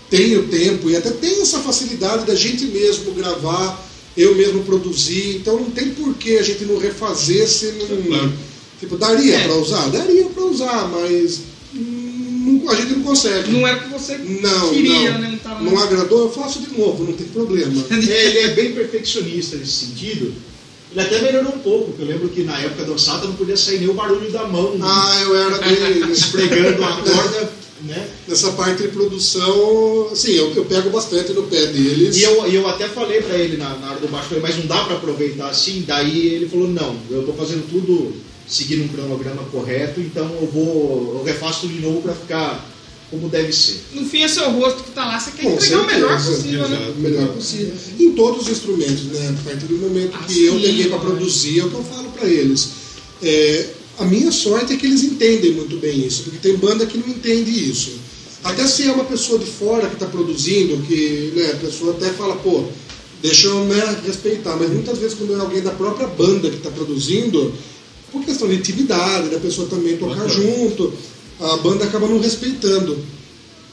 D: tem o tempo e até tem essa facilidade da gente mesmo gravar, eu mesmo produzir, então não tem porquê a gente não refazer se não.
B: Claro.
D: Tipo, daria
A: É.
D: pra usar? Daria pra usar, mas hum, não- a gente não consegue.
A: Não é era o que você
D: Não,
A: queria,
D: não.
A: né? Não tava
D: Não agradou, eu faço de novo, não tem
A: [LAUGHS]
D: problema.
C: É, ele é bem perfeccionista nesse sentido. Ele até melhorou um pouco, porque eu lembro que na época do Sata não podia sair nem o barulho da mão, né?
D: Ah, eu era bem
C: esfregando a corda, né?
D: Nessa parte de produção, assim, eu, eu pego bastante no pé deles.
C: E eu, e eu até falei pra ele na, na hora do baixo, falei, mas não dá pra aproveitar assim? Daí ele falou, não, eu tô fazendo tudo seguindo um cronograma correto, então eu vou, eu refaço tudo de novo pra ficar como deve ser.
A: No fim é seu rosto que tá lá, você quer
D: Com
A: entregar o melhor
D: certeza,
A: possível, né?
D: o melhor possível. Em todos os instrumentos, né? A partir do momento
A: Ah,
D: que
A: sim,
D: eu peguei para
A: claro.
D: produzir, é o que eu falo para eles. É, a minha sorte é que eles entendem muito bem isso, porque tem banda que não entende isso. Até se é uma pessoa de fora que está produzindo, que né, a pessoa até fala, pô, deixa eu né, respeitar. Mas muitas vezes quando é alguém da própria banda que está produzindo, por questão de intimidade, da pessoa também tocar
B: Bacana.
D: junto, a banda acaba não respeitando.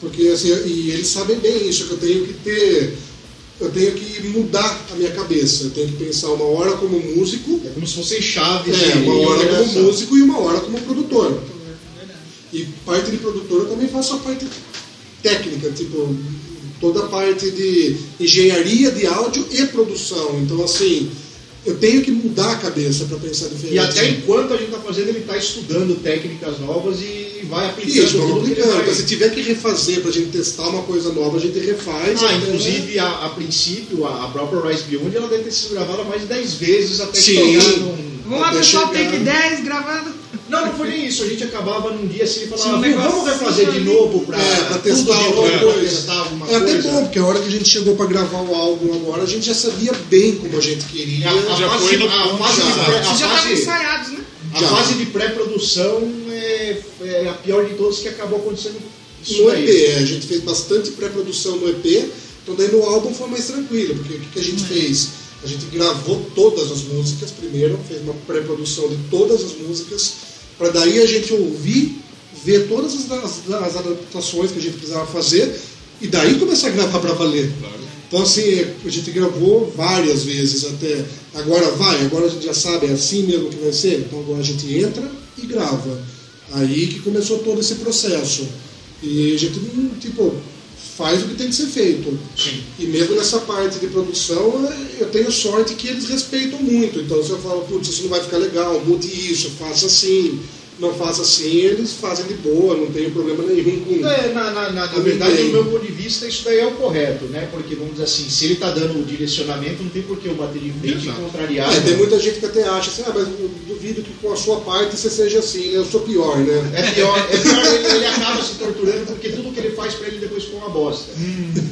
D: Porque assim, e eles sabem bem isso, que eu tenho que ter. Eu tenho que mudar a minha cabeça. Eu tenho que pensar uma hora como músico,
C: É como se fossem chaves.
D: é,
C: de-
D: uma hora
C: de
D: como
C: ligação.
D: músico e uma hora como produtor. E parte de produtor eu também faço a parte técnica, tipo, toda a parte de engenharia de áudio e produção. Então, assim, eu tenho que mudar a cabeça para pensar diferente.
C: E até enquanto a gente tá fazendo, ele tá estudando técnicas novas e vai aplicando.
D: Isso, vamos
C: tudo que ele
D: aplicando.
C: vai-
D: Então, se tiver que refazer pra gente testar uma coisa nova, a gente refaz.
C: Ah,
D: né?
C: inclusive, a, a princípio, a, a própria Rise Beyond, ela deve ter sido gravada mais de 10 vezes até
D: Sim.
C: que chegar num...
A: Vamos lá,
D: Até
A: pessoal,
D: chegar.
A: take 10 gravado.
C: Não, não foi nem isso. A gente acabava num dia assim e
A: Sim,
C: falava,
A: um
C: "Viu, vamos
A: negócio
C: refazer de
A: ali."
C: novo pra,
D: É, pra
C: tudo
D: testar
C: de
D: alguma
C: novo,
D: coisa.
C: testar alguma
D: É até
C: coisa.
D: bom, porque a hora que a gente chegou pra gravar o álbum agora, a gente já sabia bem como a gente
C: A,
D: queria.
C: a
B: Já
C: fase,
B: foi no
C: a
B: ponto,
C: fase de
B: já.
C: pré- a
A: Vocês já estavam
C: fase-
A: ensaiados, né?
C: a
D: Já.
C: fase de pré-produção é, é a pior de todas que acabou acontecendo isso
D: No
C: aí.
D: EP, é, a gente fez bastante pré-produção no EP, então daí no álbum foi mais tranquilo, porque o que, que a gente
C: Uhum.
D: fez? A gente gravou todas as músicas primeiro, fez uma pré-produção de todas as músicas, para daí a gente ouvir, ver todas as, as- as adaptações que a gente precisava fazer, e daí começar a gravar para valer. Então assim, a gente gravou várias vezes até. Agora vai, agora a gente já sabe, é assim mesmo que vai ser. Então agora a gente entra e grava. Aí que começou todo esse processo. E a gente, hum, tipo, faz o que tem que ser feito.
C: Sim.
D: E mesmo nessa parte de produção, eh, eu tenho sorte que eles respeitam muito. Então se eu falo, putz, isso não vai ficar legal, mude isso, faça assim. não faça assim, eles fazem de boa, não tem problema nenhum com.
C: É, na, na- na- na verdade, do meu ponto de vista, isso daí é o correto, né? Porque, vamos dizer assim, se ele tá dando o direcionamento, não tem por que eu bater de frente e
B: Exato.
C: contrariar.
D: É, tem muita gente que até acha assim, ah, mas eu duvido que com a sua parte você seja assim, né? Eu sou pior, né?
C: É pior, é pior ele, ele acaba se torturando porque tudo que ele faz pra ele depois fica uma bosta.
D: Hum.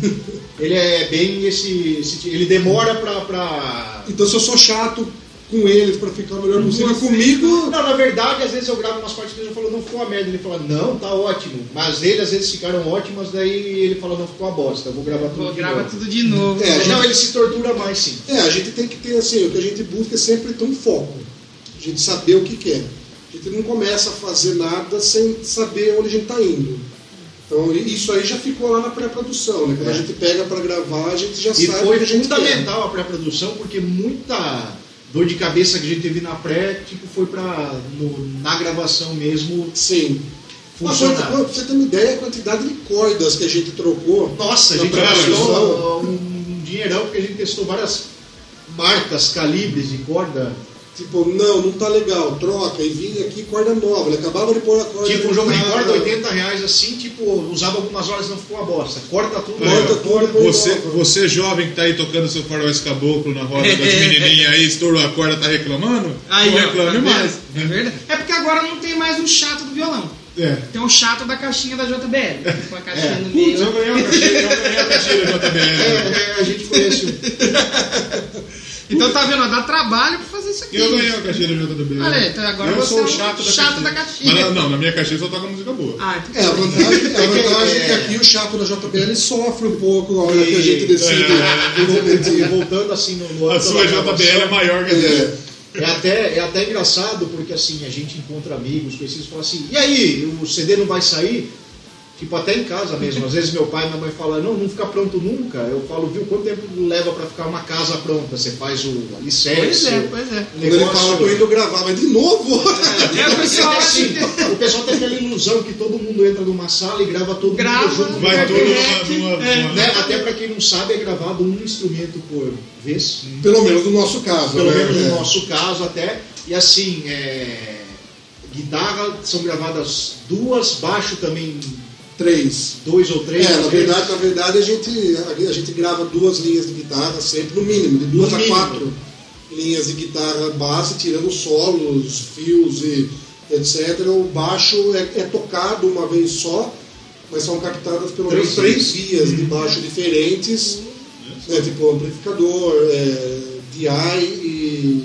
C: Ele é bem esse. esse ti- ele demora pra. pra...
D: Então se eu sou chato com eles pra ficar o melhor possível comigo,
C: Não, na verdade, às vezes eu gravo umas partes que ele já falou, não ficou uma merda. Ele fala, não, tá ótimo. Mas ele, às vezes, ficaram ótimas, daí ele fala, não ficou uma bosta, eu vou gravar tudo.
A: Pô,
C: de
A: grava
C: novo.
A: tudo de novo.
D: É, a gente-
C: Não, ele se tortura mais, sim.
D: É, a gente tem que ter assim, o que a gente busca é sempre ter um foco. A gente saber o que quer. A gente não começa a fazer nada sem saber onde a gente está indo. Então i- isso aí já ficou lá na pré-produção, né? Quando
C: É.
D: a gente pega para gravar, a gente já
C: E
D: sabe o
C: foi
D: que a gente quer.
C: fundamental a pré-produção, porque muita dor de cabeça que a gente teve na pré, tipo, foi pra, no- na gravação mesmo
D: Sim. Mas,
C: funcionar.
D: pra você ter uma ideia, a quantidade de cordas que a gente trocou.
C: Nossa, a
D: Na
C: gente
D: pré-produção.
C: gastou um dinheirão, porque a gente testou várias marcas, calibres de corda.
D: Tipo, não, não tá legal, troca. E vinha aqui corda nova. Ele acabava de pôr a corda.
C: Tipo, um jogo de
D: nova,
C: corda, 80 reais assim, tipo, usava algumas horas e não ficou uma bosta. Corta tudo.
A: É.
D: Corta
A: [LAUGHS]
D: tudo, põe
B: Você,
C: [LAUGHS]
D: nova.
B: você jovem que tá aí tocando seu faroeste caboclo na roda
A: [LAUGHS]
B: das menininhas aí, estourou a corda, tá reclamando?
A: Aí,
B: não
A: ó,
B: reclame
A: tá vendo? [LAUGHS]
B: mais.
A: É verdade. É porque agora não tem mais um chato do violão.
B: É.
A: Tem um chato da caixinha da JBL. Com a caixinha
C: É.
A: no
B: Putz, eu
A: meio.
B: ganhei uma caixinha, eu ganhei uma caixinha da JBL.
C: É, é, a gente foi esse.
A: Então tá vendo, ó, dá trabalho pra fazer isso aqui.
B: Eu ganhei uma caixinha da JBL.
A: Olha aí, então agora
B: eu
A: você
B: sou
A: é
B: o
A: o
B: chato
A: chato
B: da caixinha.
A: da caixinha.
B: Mas, não, na minha caixinha só toca música boa.
A: Ah, então...
D: É, a vantagem, a vantagem é que
C: É.
D: aqui o chato da JBL sofre um pouco a hora que a gente decide
B: É.
D: o momento.
C: Voltando assim no,
A: Ah,
C: no
B: a
C: âmbito
B: sua
C: da gravação,
B: JBL é maior que a dele.
D: É,
C: É até, é até engraçado, porque assim, a gente encontra amigos, conhecidos, fala assim, e aí, o CD não vai sair? Tipo, até em casa mesmo. Às vezes meu pai e minha mãe falam, não, não fica pronto nunca. Eu falo, viu, quanto tempo leva pra ficar uma casa pronta? Você faz o
A: Pois
C: alicerce,
A: é, pois é.
C: o
D: quando ele fala, tô
C: negócio...
D: indo gravar, mas de novo?
A: É, o pessoal
C: É
A: acha
C: assim,
A: que
C: o pessoal tem aquela ilusão que todo mundo entra numa sala e grava todo mundo
A: grava. é
C: junto.
B: Vai
A: no
B: tudo
A: internet,
B: numa- numa-
A: é.
B: numa-
C: Né? Até pra quem não sabe, é gravado um instrumento por vez.
D: Pelo menos no nosso caso,
C: É. pelo
D: né?
C: menos
D: Hum, É.
C: no nosso caso até. E assim, é, guitarra são gravadas duas, baixo também
D: Três.
C: dois ou três.
D: É, na
C: três.
D: verdade, na verdade a, gente, a, gente grava duas linhas de guitarra sempre, no mínimo, de duas
C: No
D: a
C: mínimo.
D: quatro linhas de guitarra base, tirando solos, fios e etc. O baixo é, é tocado uma vez só, mas são captadas pelo
C: Três
D: menos três vias de baixo diferentes, né, tipo amplificador, é, DI e,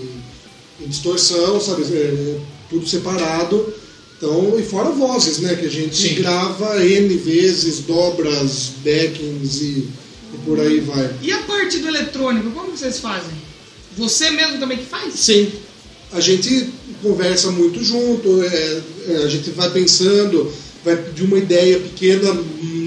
D: e distorção, sabe? É, tudo separado. Então, e fora vozes, né? Que a gente
C: Sim.
D: grava N vezes, dobras, backings e, e por aí vai.
A: E a parte do eletrônico, como que vocês fazem? Você mesmo também que faz?
D: Sim. A gente conversa muito junto, é, é, a gente vai pensando, vai de uma ideia pequena,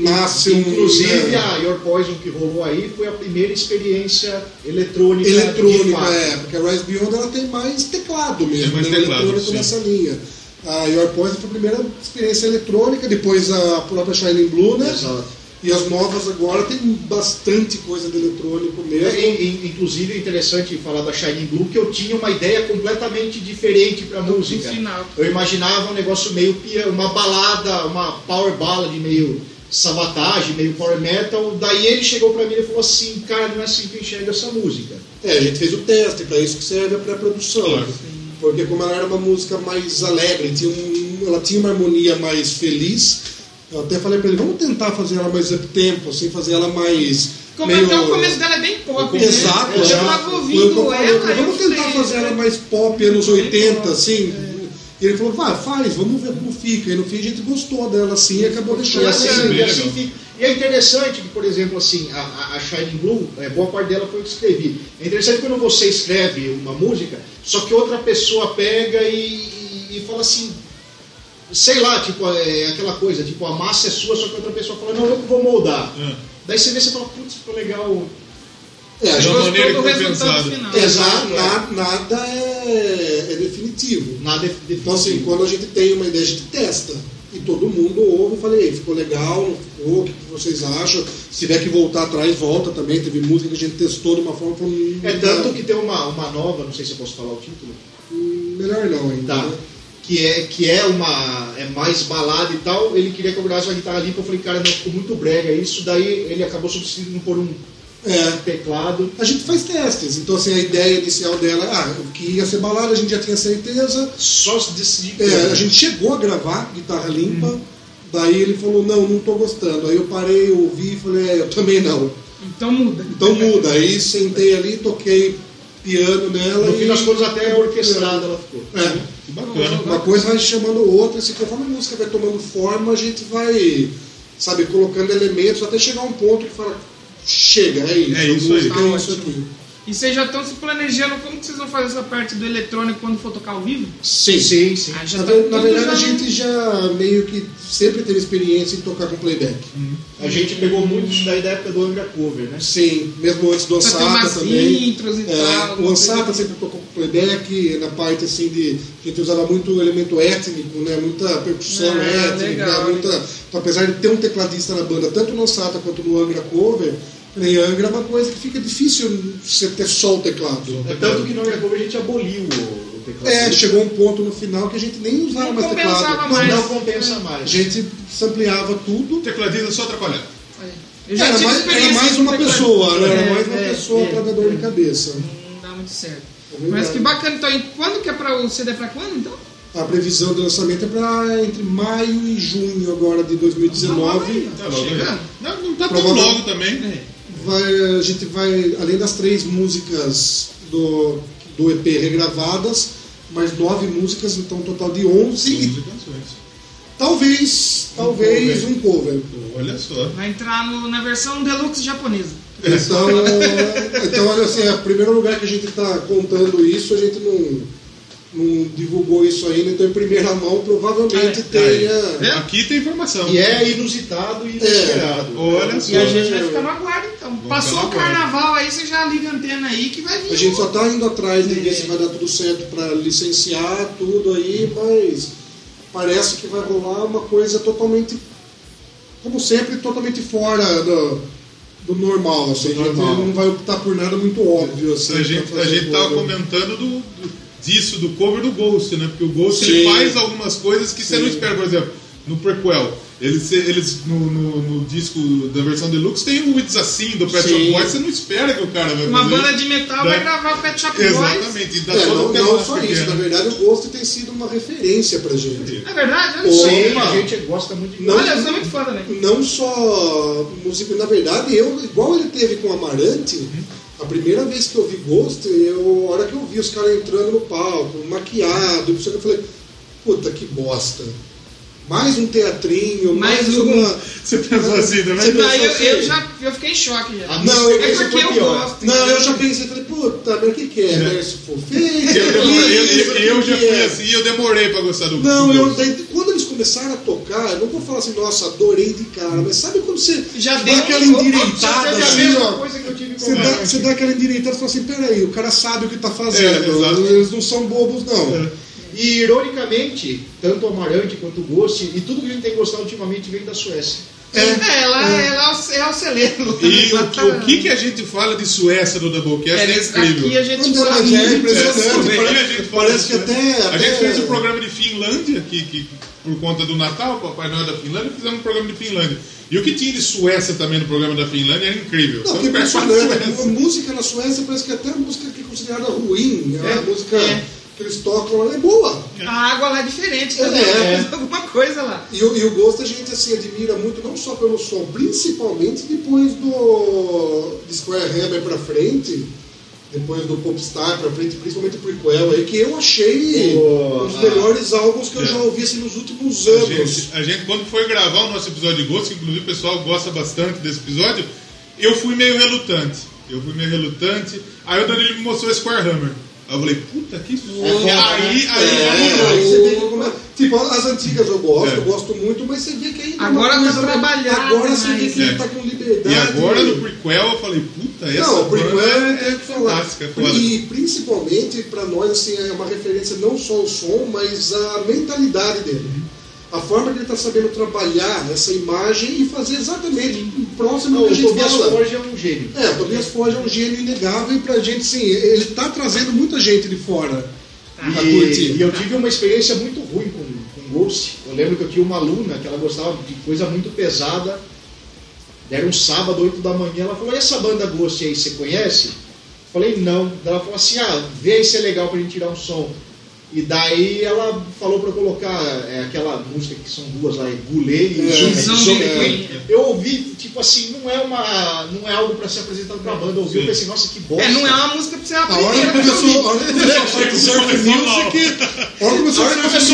D: nasce um.
C: Inclusive
D: né,
C: a Your Poison que rolou aí foi a primeira experiência eletrônica. de
D: eletrônica,
C: fato.
D: é, porque a Rise Beyond ela tem mais teclado mesmo,
B: Tem mais
D: né,
B: teclado,
D: eletrônico
B: sim.
D: nessa linha. A Your Poison foi a primeira experiência eletrônica, depois a própria Shining Blue, né?
C: Exato.
D: E as novas agora tem bastante coisa de eletrônico
C: E-
D: mesmo.
C: e- Inclusive é interessante falar da Shining Blue que eu tinha uma ideia completamente diferente pra música.
A: final.
C: Eu imaginava um negócio meio pia- uma balada, uma power ballad meio savatagem, meio power metal. Daí ele chegou pra mim e falou assim, cara, não é assim que eu enxergo essa música.
D: É, a gente fez o teste, para isso que serve a pré-produção.
B: Claro.
D: Porque como ela era uma música mais alegre, tinha um- ela tinha uma harmonia mais feliz, eu até falei para ele, vamos tentar fazer ela mais up-tempo, assim, fazer ela mais...
A: Como
D: meio-
A: até o começo dela é bem pop, né?
D: Exato.
A: Eu
D: é.
A: tava
D: Foi o que eu
A: ouvindo
D: falei,
A: ela,
D: Vamos
A: eu
D: tentar
A: falei, "É."
D: fazer ela mais pop, anos 80, assim. E ele falou, vai, faz, vamos ver como fica. E no fim a gente gostou dela, assim, e acabou deixando
C: E
D: ela
C: assim,
D: assim.
C: e assim fica. E é interessante que, por exemplo, assim, a, a- a Shining Blue, é, boa parte dela foi eu que escrevi. É interessante quando você escreve uma música, só que outra pessoa pega e, e fala assim, sei lá, tipo, é aquela coisa, tipo, a massa é sua, só que outra pessoa fala, não, eu que vou moldar.
B: É.
C: Daí você vê e fala, putz, ficou legal.
D: É, a
B: De
D: gente-
B: uma
A: Gostou
B: maneira
A: do
B: compensada.
A: resultado final.
D: é,
C: Exato,
A: né?
D: na- na- nada é, é definitivo.
C: Nada é
D: Então, assim,
C: definitivo.
D: quando a gente tem uma ideia, a gente testa. E todo mundo ouve e fala, "E aí, ficou legal, não ficou, o que vocês acham? Se tiver que voltar atrás, volta também. Teve música que a gente testou de uma forma. Falou, "Hum,
C: É tanto que tem uma, uma nova, não sei se eu posso falar o título,
D: hum, Melhor não ainda.
C: Tá.
D: né?"
C: que é, que é uma é mais balada e tal, ele queria que eu gravasse uma guitarra limpa, eu falei, cara, não, ficou muito brega isso, daí ele acabou substituindo por um
D: É.
C: teclado.
D: A gente faz testes, então assim, a ideia inicial dela, ah, o que ia ser balada, a gente já tinha certeza.
C: Só se decidir.
D: É, a gente chegou a gravar guitarra limpa,
C: Hum.
D: daí ele falou, não, não tô gostando. Aí eu parei, ouvi e falei, é, eu também não.
A: Então muda.
D: Então muda. Aí sentei ali, toquei piano nela
C: No
D: e.
C: fim das contas até orquestrada ela ficou.
D: É.
B: Que bacana.
D: Uma coisa vai chamando outra, assim, conforme a música vai tomando forma, a gente vai, sabe, colocando elementos até chegar a um ponto que fala, chega, é isso,
B: É isso
D: a
B: aí.
D: música
A: Tá
D: é isso
A: ótimo.
D: aqui.
A: E vocês já estão se planejando como que vocês vão fazer essa parte do eletrônico quando for tocar ao vivo?
D: Sim.
C: Sim, sim.
A: Ah, já
D: Na,
A: tá
D: ver- na
A: tudo
D: verdade,
A: já-
D: a gente já meio que sempre teve experiência em tocar com playback.
C: A gente pegou muito isso daí da época do Angra Cover, né?
D: Sim, mesmo antes do
A: Só tem
D: Ansata
A: umas
D: também.
A: intros e
D: É,
A: tal.
D: o Ansata sempre tocou com playback, na parte assim de. A gente usava muito elemento étnico, né? Muita percussão
A: Ah,
D: étnica,
A: legal,
D: muita. Então, apesar de ter um tecladista na banda, tanto no Ansata quanto no Angra Cover, em Angra é uma coisa que fica difícil você ter só o teclado. Então,
C: É tanto que no Angra Cover a gente aboliu o, o teclado.
D: É, chegou um ponto no final que a gente nem usava
A: Não
D: mais
A: compensava
D: teclado.
A: mais.
C: Não compensa
D: A
C: mais.
D: gente ampliava tudo.
B: O tecladista é só trabalhando.
A: Eu já
D: Era
A: tive
D: É, mais, era
A: experiência
D: mais
A: com
D: uma
A: teclado.
D: pessoa, né?
A: É,
D: era mais uma
A: é,
D: pessoa
A: é.
D: pra dar dor de cabeça.
A: Não dá muito certo.
D: É verdade.
A: Mas que bacana, então. E quando que é pra o CD é pra quando, então?
D: A previsão do lançamento é pra entre maio e junho agora de
A: Aí,
D: 2019.
A: ó,
B: Tá logo
A: chegando.
B: aí. Não, não tá tão
D: Provavelmente-
B: logo também.
A: É.
D: Vai, a gente vai, além das três músicas do, do EP regravadas, mais nove músicas, então um total de onze. E
B: Onze canções.
D: talvez, talvez um cover.
B: Olha só.
A: Vai entrar no- na versão deluxe japonesa.
D: Então, então olha assim, é o primeiro lugar que a gente está contando isso, a gente não, não divulgou isso ainda, então em primeira mão provavelmente
A: É.
D: tenha.
B: É, Aqui tem informação.
C: E é inusitado e inesperado.
B: Olha
A: E a
B: só.
A: gente vai ficar no aguardo, então. Passou
B: ficar
A: o
B: no aguardo.
A: carnaval aí, você já liga a antena aí que vai vir.
D: A gente só está indo atrás de ver se vai dar tudo certo para licenciar tudo aí, mas parece que vai rolar uma coisa totalmente, como sempre, totalmente fora do, do normal. Assim,
C: Do
D: a gente
C: normal.
D: não vai optar por nada muito óbvio. Assim,
B: A gente,
D: pra
B: a
D: fazer
B: gente tava
D: cover.
B: comentando do, do- disso, do cover do Ghost, né? Porque o Ghost
D: Sim.
B: ele faz algumas coisas que você não espera, por exemplo, no prequel. Eles, eles no, no- no disco da versão deluxe tem o It's Assim do Pet Shop
D: Sim.
B: Boys, você não espera que o cara vai
A: Uma
B: fazer.
A: banda de metal vai
B: Né?
A: gravar o Pet Shop Boys.
B: Exatamente, e dá
D: É,
B: todo
D: não,
B: o
D: não
B: pedaço
D: só
B: que
D: isso,
B: é,
D: na
B: né?
D: verdade o Ghost tem sido uma referência pra gente.
A: É verdade, olha
D: Ou-
A: só.
C: Sim,
D: Opa.
C: a gente gosta muito de
D: Não.
A: Olha, eu sou muito fã também.
D: Não só música, na verdade, eu, igual ele teve com o Amarante, a primeira vez que eu vi Ghost, eu, a hora que eu vi os caras entrando no palco, maquiado, não sei o que, eu falei, puta que bosta. Mais um teatrinho, mais,
A: Mais um.
D: uma.
B: [LAUGHS] Você pensou assim também?
D: Você
A: Não, eu,
D: assim.
A: eu já eu fiquei em choque já.
C: Ah,
D: Não, eu
A: é
D: pensei,
A: porque eu
C: foi pior.
A: gosto. então.
D: não, eu já pensei, falei, puta, mas o que, que é? Verso fofeiro?
B: Eu, eu- eu- eu
D: O que
B: já
D: que
B: fui
D: é?
B: assim e eu demorei pra gostar do
D: Não,
B: do
D: eu
B: Ghost.
D: daí, quando eles começaram a tocar, eu não vou falar assim, nossa, adorei de cara, mas sabe quando você
A: Já
D: dá
A: deu
D: aquela
A: um-
D: endireitada,
A: já teve a
D: assim,
A: mesma
D: ó,
C: é coisa que eu tive com
D: você,
C: o
D: dá, você dá aquela endireitada e fala assim, peraí, o cara sabe o que tá
B: É,
D: fazendo,
B: exato. É.
D: eles não são bobos não.
C: E ironicamente, tanto o Amarante quanto o Ghost e tudo que a gente tem gostado ultimamente vem da Suécia.
A: É, ela é, ela é o- é o celeiro.
B: E o, que- o que, que a gente fala de Suécia no Doublecast é, incrível.
A: Aqui a gente
D: Quando ela
A: fala
D: vier,
A: muito. [LAUGHS]
D: impressionante,
B: É,
D: parece-
B: a gente fala
D: Parece que
B: isso, né?
D: até...
B: A gente
D: até-
B: fez um programa de Finlândia, que, que por conta do Natal, Papai Noel da Finlândia, fizemos um programa de Finlândia. E o que tinha de Suécia também no programa da Finlândia era incrível.
D: Não,
B: Você
D: que
B: perde pra
D: impressionante, a
B: Suécia.
D: música na Suécia parece que até a música que é considerada ruim, né?
A: É,
D: a música
A: é.
D: que eles tocam ela é boa.
A: A água lá é diferente também.
D: É.
A: tem Alguma coisa lá.
D: E o, e o Ghost a gente assim, admira muito, não só pelo som, principalmente depois do de Square Hammer pra frente, depois do Popstar pra frente, principalmente o Prequel, aí, que eu achei
C: Pô,
D: um dos
C: ah.
D: melhores álbuns que eu
B: É.
D: já ouvi assim, nos últimos
B: A
D: anos.
B: gente, a gente, quando foi gravar o nosso episódio de gosto, que inclusive o pessoal gosta bastante desse episódio, eu fui meio relutante. Eu fui meio relutante. Aí o Danilo me mostrou Square Hammer. Aí eu falei, puta que. aí, aí,
D: É,
B: aí,
D: aí você vê que como- Tipo, as antigas eu gosto,
B: É.
D: eu gosto muito, mas você vê que ainda. é uma
A: Agora tá
D: coisa-
A: trabalhado
D: Agora você vê
A: mais,
D: que ele
B: é.
D: tá com liberdade.
B: E agora no prequel eu falei, puta, essa
D: Não, por
B: banda
D: enquanto
B: é
D: é
B: fantástica,
D: fantástica.
B: foda.
D: E principalmente para nós assim é uma referência não só o som, mas a mentalidade dele. A forma que ele está sabendo trabalhar essa imagem e fazer exatamente próximo
C: Não,
D: do que a
C: o
D: gente
C: Tobias
D: fala.
C: Forge é um gênio.
D: É, o Tobias Forge é um gênio inegável e pra gente, sim, ele tá trazendo muita gente de fora.
C: E,
D: Pra curtir.
C: Ah, e eu tive uma experiência muito ruim com, com Ghost. Eu lembro que eu tinha uma aluna que ela gostava de coisa muito pesada. Era um sábado, 8 da manhã, ela falou, e essa banda Ghost aí, você conhece? Eu Falei, não. Daí Ela falou assim, ah, vê aí se é legal pra gente tirar um som. E daí ela falou pra eu colocar é, aquela música que são duas lá, é Goulet e
D: É,
C: Zombie-
A: Zombie
C: Zombie
A: Queen.
C: Queen. Eu ouvi, tipo assim, não é, uma, não é algo pra ser apresentado pra banda. Eu ouvi e
B: Sim.
C: pensei, nossa, que bosta.
A: É, não é uma música pra você
D: A hora que
A: aprender.
D: começou, a hora que começou a Surf
C: Na hora que começou o
D: Music, a hora que começou a Surf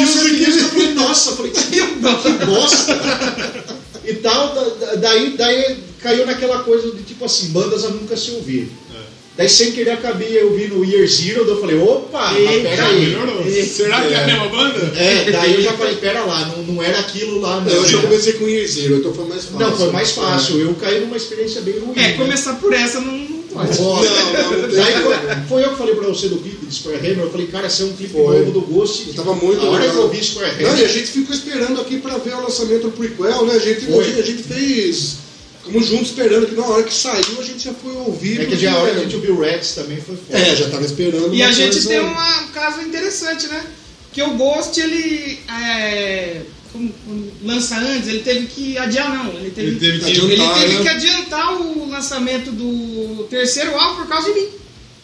C: circuito, eu
D: Music,
C: falei, nossa, eu falei, [LAUGHS] que bosta! e tal, da- da- daí, daí caiu naquela coisa de tipo assim, bandas a nunca se ouvir.
D: É.
C: Daí sem querer acabei ouvindo o Year Zero, daí eu falei, opa, mas
A: Eita,
B: Ah,
C: peraí.
B: melhorou. Será que é a mesma banda?
C: É, daí eu já falei, pera lá, não, não era aquilo lá, não.
D: Eu já comecei com Year Zero, então foi mais fácil.
C: Não, foi mais
D: É.
C: fácil, eu caí numa experiência bem ruim.
A: É,
C: né?
A: começar por essa não, não pode.
C: Ó,
D: Não, não, não tem.
C: daí foi, foi eu que falei pra você do clipe de Square Hammer, eu falei, cara, esse é um clipe
D: Foi.
C: novo do Ghost.
D: Eu tava muito
C: A hora
D: legal.
C: que eu ouvi Square Hammer.
D: Não, e a gente ficou esperando aqui pra ver o lançamento do prequel, né? A gente, a
C: Foi.
D: gente, a gente fez. Ficamos juntos esperando que na hora que saiu a gente já foi ouvir.
C: É que
D: porque-
C: já a hora que a gente ouviu o Reds também foi foda.
D: É, já tava esperando.
A: E
D: uma
A: a gente
D: coisa
A: tem
D: aí.
A: uma- um caso interessante, né? Que o Ghost, ele é, como- como lança antes, ele teve que adiar, não. Ele teve,
B: Ele teve que
A: ele teve
D: adiantar, né?
A: que adiantar o lançamento do terceiro álbum por causa de mim.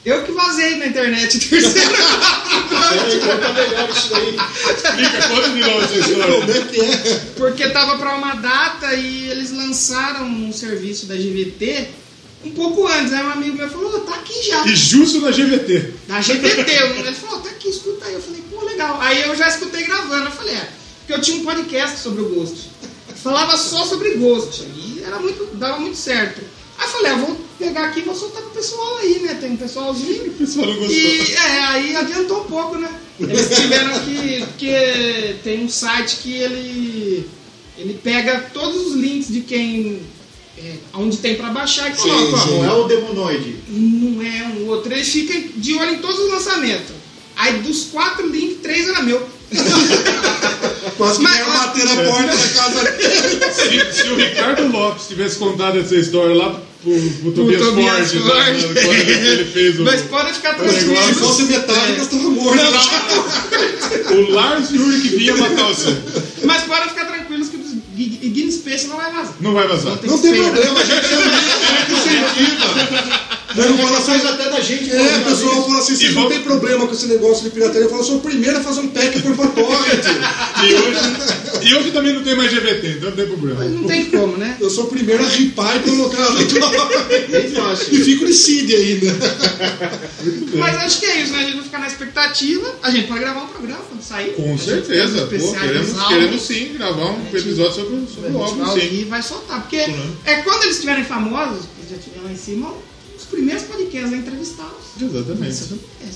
A: Eu que vazei na internet o [LAUGHS] terceiro álbum.
C: Peraí, conta melhor isso daí.
B: Explica quanto de novo essa
D: é
B: história.
A: Porque tava pra uma data e eles lançaram um serviço da GVT um pouco antes. Aí um amigo meu falou, "Ô, tá aqui já.
B: E justo na GVT.
A: Na [LAUGHS] GTT, ele falou, tá aqui, escuta aí. Eu falei, pô, legal. Aí eu já escutei gravando, eu falei, é, porque eu tinha um podcast sobre o Ghost. Falava só sobre Ghost. E era muito, dava muito certo. Aí eu falei, ah, vou pegar aqui e vou soltar pro pessoal aí, né? Tem um pessoalzinho.
B: O pessoal não gostou.
A: E é, aí adiantou um pouco, né? Eles tiveram que. Porque tem um site que ele. Ele pega todos os links de quem. É, onde tem pra baixar e coloca, ó,
C: Não é o Demonoid.
A: não é um outro. Eles ficam de olho em todos os lançamentos. Aí dos quatro links, três era meu.
D: Quase que
A: Mas-
D: vieram bater na porta da casa
B: Se, se o Ricardo Lopes tivesse contado essa história lá pro, pro Tobias
A: Tobias
B: Forte, lá,
A: Forte.
B: quando ele fez o,
A: Mas podem
D: é
A: ficar
D: um
A: [LAUGHS]
D: Se
A: tranquilos.
D: fosse metade, eu tava morto.
B: o Lars Ulrich vinha matar o Sam.
A: Mas podem ficar tranquilos que o Gui- Guin Space não vai vazar.
B: Não vai vazar.
D: Não tem um
A: Espera.
D: problema, a gente
C: Não, não fala faz até da gente.
D: É, o pessoal fala assim,
B: E
D: vocês não
B: vamos-
D: tem problema com esse negócio de pirataria. Eu falo, sou o primeiro a fazer um pack por torrent.
B: E hoje, e hoje também não tem mais GVT, então não tem problema.
A: Não tem como, né?
D: Eu sou o primeiro a limpar e
C: [LAUGHS]
D: colocar [LAUGHS]
C: Bem
D: E
C: fácil.
D: fico em seed ainda.
A: Mas acho que é isso, né? A gente vai ficar na expectativa. A gente pode gravar um programa quando sair.
B: Com certeza. Pô, queremos, queremos sim gravar um episódio sobre, sobre o álbum, sim.
A: E vai soltar. Porque
B: Uhum.
A: é quando eles estiverem famosos, que já estiverem lá em cima, os primeiros podcasts a entrevistá-los.
B: Exatamente.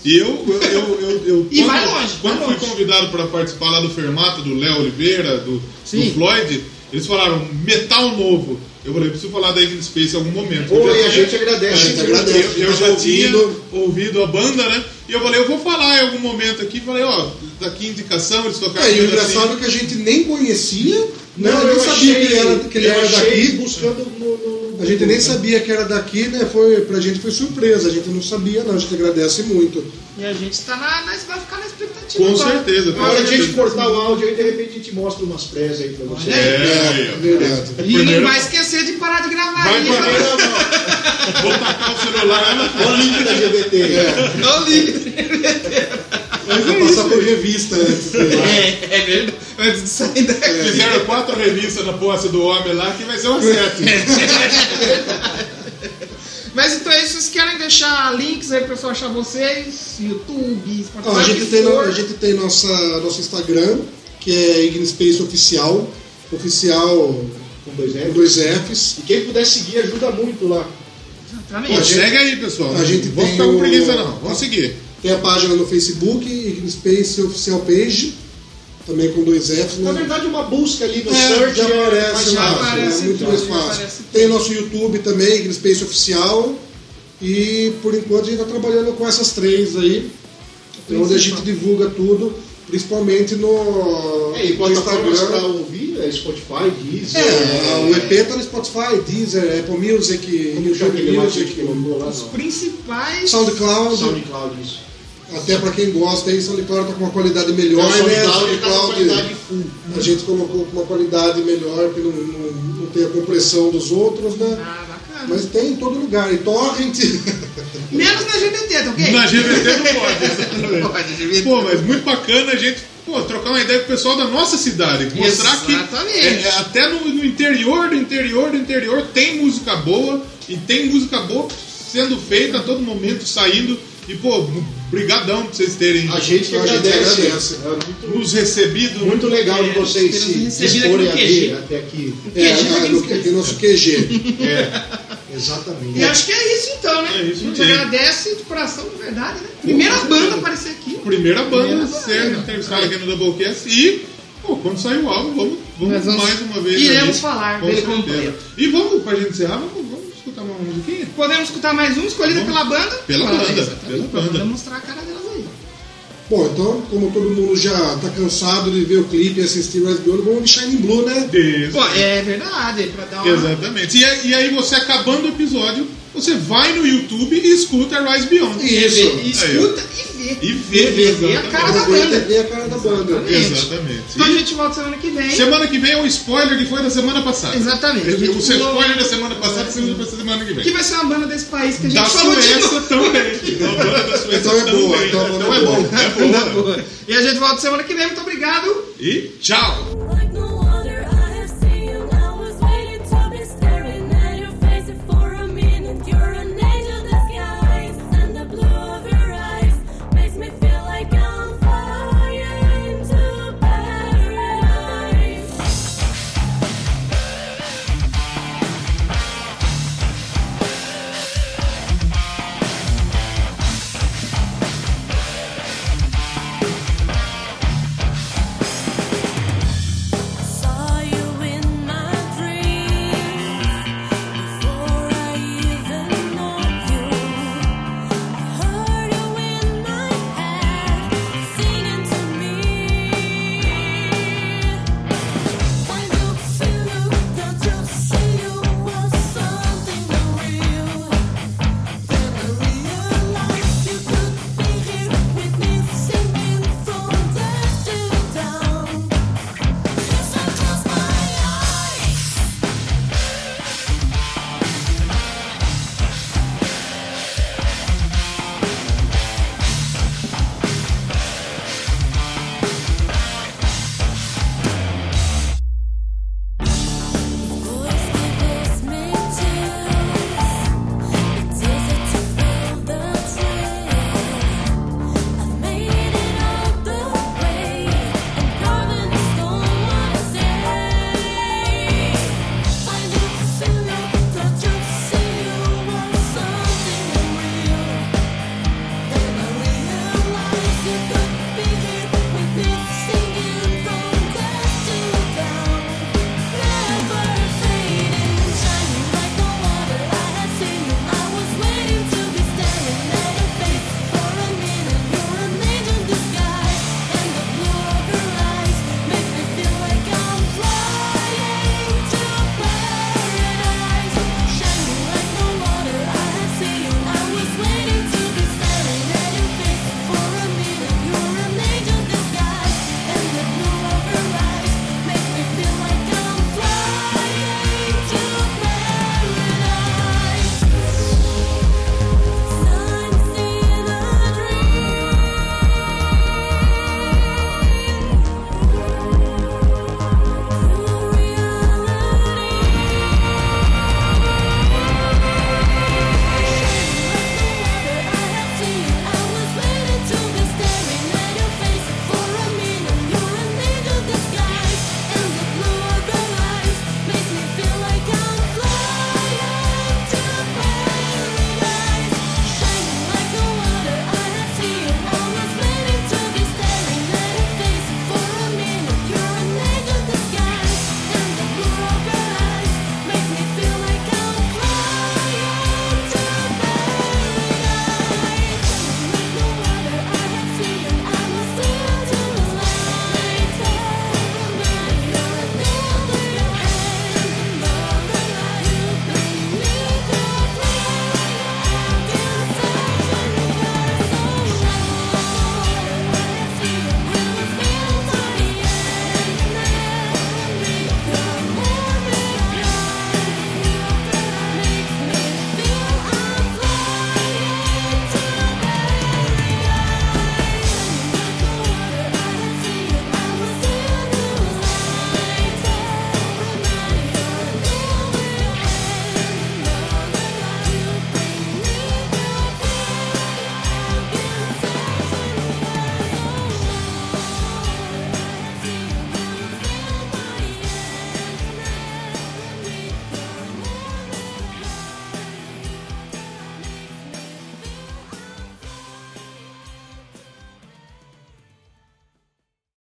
B: E eu, eu, eu, eu, eu-
A: é E
B: quando,
A: vai longe,
B: quando
A: vai
B: fui
A: longe.
B: convidado para participar lá do Fermato, do Léo Oliveira, do,
A: Sim.
B: do Floyd, eles falaram metal novo. Eu falei, preciso falar da Ignis Space em algum momento. Eu
C: Oi,
B: já
C: a
B: tinha-
C: gente agradece.
D: A gente
B: eu-
D: agradece,
B: eu, eu
D: tá
B: já tinha
D: ouvindo.
B: ouvido a banda, né? E eu falei, eu vou falar em algum momento aqui. Falei, ó, daqui indicação, eles tocaram.
D: É, e o
B: assim.
D: engraçado é que a gente nem conhecia,
C: Não,
D: né? eu nem
C: eu
D: sabia
C: achei-
D: que ele era, que ele
C: eu
D: era
C: achei
D: daqui.
C: buscando no, no-
D: A gente nem sabia que era daqui, né? Foi, pra gente foi surpresa, a gente não sabia, não. A gente agradece muito.
A: E a gente tá na, na- vai ficar na expectativa.
B: Com
A: agora.
B: certeza. com
C: Na hora de a
B: certeza.
C: gente cortar o áudio aí, de repente a gente mostra umas pregas aí pra vocês.
A: Olha aí.
B: É, aí,
D: verdade.
A: E
B: Primeiro-
A: não vai esquecer de parar de gravar
B: Vai
A: aí. né?
B: parar.
C: Não, não,
B: ó, vou tacar o celular lá
C: não. Olha o link da GBT.
A: Não liga.
D: É,
C: É
D: Vou passar por revista antes. né?
A: É, é verdade. Antes de sair né? daqui.
B: Fizeram quatro revistas na posse do homem lá que vai ser um acerto.
D: É,
A: Mas então é isso. Vocês querem deixar links aí pra pessoal achar vocês? YouTube, Spotify?
D: Ó, a,
A: o
D: gente
A: que
D: tem, no-
A: for.
D: a gente tem nossa, nosso Instagram, que é Ignispace Oficial. Oficial
C: Com dois
D: com
C: F.
D: dois Fs.
C: E quem puder seguir ajuda muito lá.
A: Exatamente.
B: Pô, segue aí, pessoal.
D: a gente
B: Vamos
D: tem
B: ficar com
D: o-
B: preguiça, não. Vamos seguir.
D: Tem a página no Facebook, Ignispace Oficial Page. Também com dois Fs.
C: Na
D: né?
C: verdade, uma busca ali no
D: É,
C: search
D: já
C: é
D: aparece
C: mais né?
D: lá,
A: já
C: rápido.
A: aparece
D: é muito
A: tudo,
D: mais
A: já
D: fácil.
A: aparece
D: Tem o nosso YouTube também, Ignis Space Oficial. E por enquanto a gente está trabalhando com essas três aí, onde a gente divulga tudo, principalmente no,
C: É, e
D: no
C: plataformas pra
D: Instagram.
C: ouvir é Spotify,
D: É,
C: Deezer.
D: o EP tá no Spotify, Deezer, Apple Music,
C: Como que chama
D: YouTube
C: aquele lá que a gente
D: Music,
C: colocou lá?
B: um
A: Os principais.
D: SoundCloud.
C: SoundCloud, isso.
D: Até pra quem gosta, aí São Niclário tá com uma qualidade melhor.
C: Então, São
D: né?
C: Niclário
D: São
C: tá com uma
D: Nicláudio,
C: qualidade full.
D: A gente colocou com uma qualidade melhor, que não, não, não tem a compressão dos outros, né?
A: Ah, bacana.
D: Mas tem em todo lugar, e
A: [LAUGHS]
D: torrent. é,
A: Menos na GBT, tá ok?
B: Na GBT não pode, exatamente.
A: Pode, GBT.
B: Pô, mas muito bacana a gente pô, trocar uma ideia com o pessoal da nossa cidade. Mostrar
A: Exatamente.
B: que é, é, até no, no interior do interior do interior tem música boa e tem música boa sendo feita a todo momento, saindo. E, pô, brigadão pra vocês terem
C: A gente que
D: A gente
C: agradece.
D: agradece.
C: É muito,
B: nos recebido.
C: muito legal de vocês
A: É,
C: se
A: recebido
C: disporem a
A: aqui no QG.
C: vir até aqui.
D: É,
A: QG
D: a-
A: da
D: no,
A: Disney.
D: no nosso QG. [LAUGHS]
C: É, exatamente.
A: E acho que é isso então, né?
B: É isso,
A: a gente
B: gente. é.
A: agradece de coração, de verdade, né? Primeira banda a aparecer aqui.
B: Primeira banda né?
A: Primeira
B: a ser
A: banda.
B: entrevistada aqui no Doublecast. E, pô, quando sair o álbum, vamos, vamos,
A: Nós vamos-
B: mais uma vez.
A: iremos
B: ali.
A: falar
B: Com
A: dele
B: certeza.
A: completo.
B: E vamos, pra gente encerrar, vamos, vamos escutar uma musiquinha?
A: Podemos escutar mais um, escolhida pela banda.
B: Pela
A: Fala,
B: banda,
A: exatamente,
B: pela
A: pra
B: banda.
A: mostrar a cara delas aí.
D: Bom, então, como todo mundo já tá cansado de ver o clipe e assistir mais Biolo, vamos de Shining Blue, né?
B: Isso.
A: Pô, é verdade, pra dar uma.
B: Exatamente. E, aí- e aí você acabando o episódio, você vai no YouTube e escuta Rise Beyond.
D: Isso.
A: E escuta e vê.
B: E vê,
A: E vê a
B: exatamente.
A: cara da
D: Agora
A: banda.
D: entender a cara da banda.
B: Exatamente.
A: Então a
B: E
A: gente volta semana que vem.
B: semana que vem é o spoiler que foi da semana passada.
A: Exatamente. A gente
B: O seu
A: pulou-
B: spoiler da semana passada você usa pra semana que vem.
A: Que vai ser uma banda desse país que a gente
B: da
A: falou de
B: Suécia
A: novo. [LAUGHS]
B: também. Então, a banda da Suécia
D: Então é boa,
B: também.
D: então a
B: Então [LAUGHS]
D: banda
B: é
D: é boa.
B: bom. É boa.
A: E a gente volta semana que vem. Muito obrigado.
B: E tchau.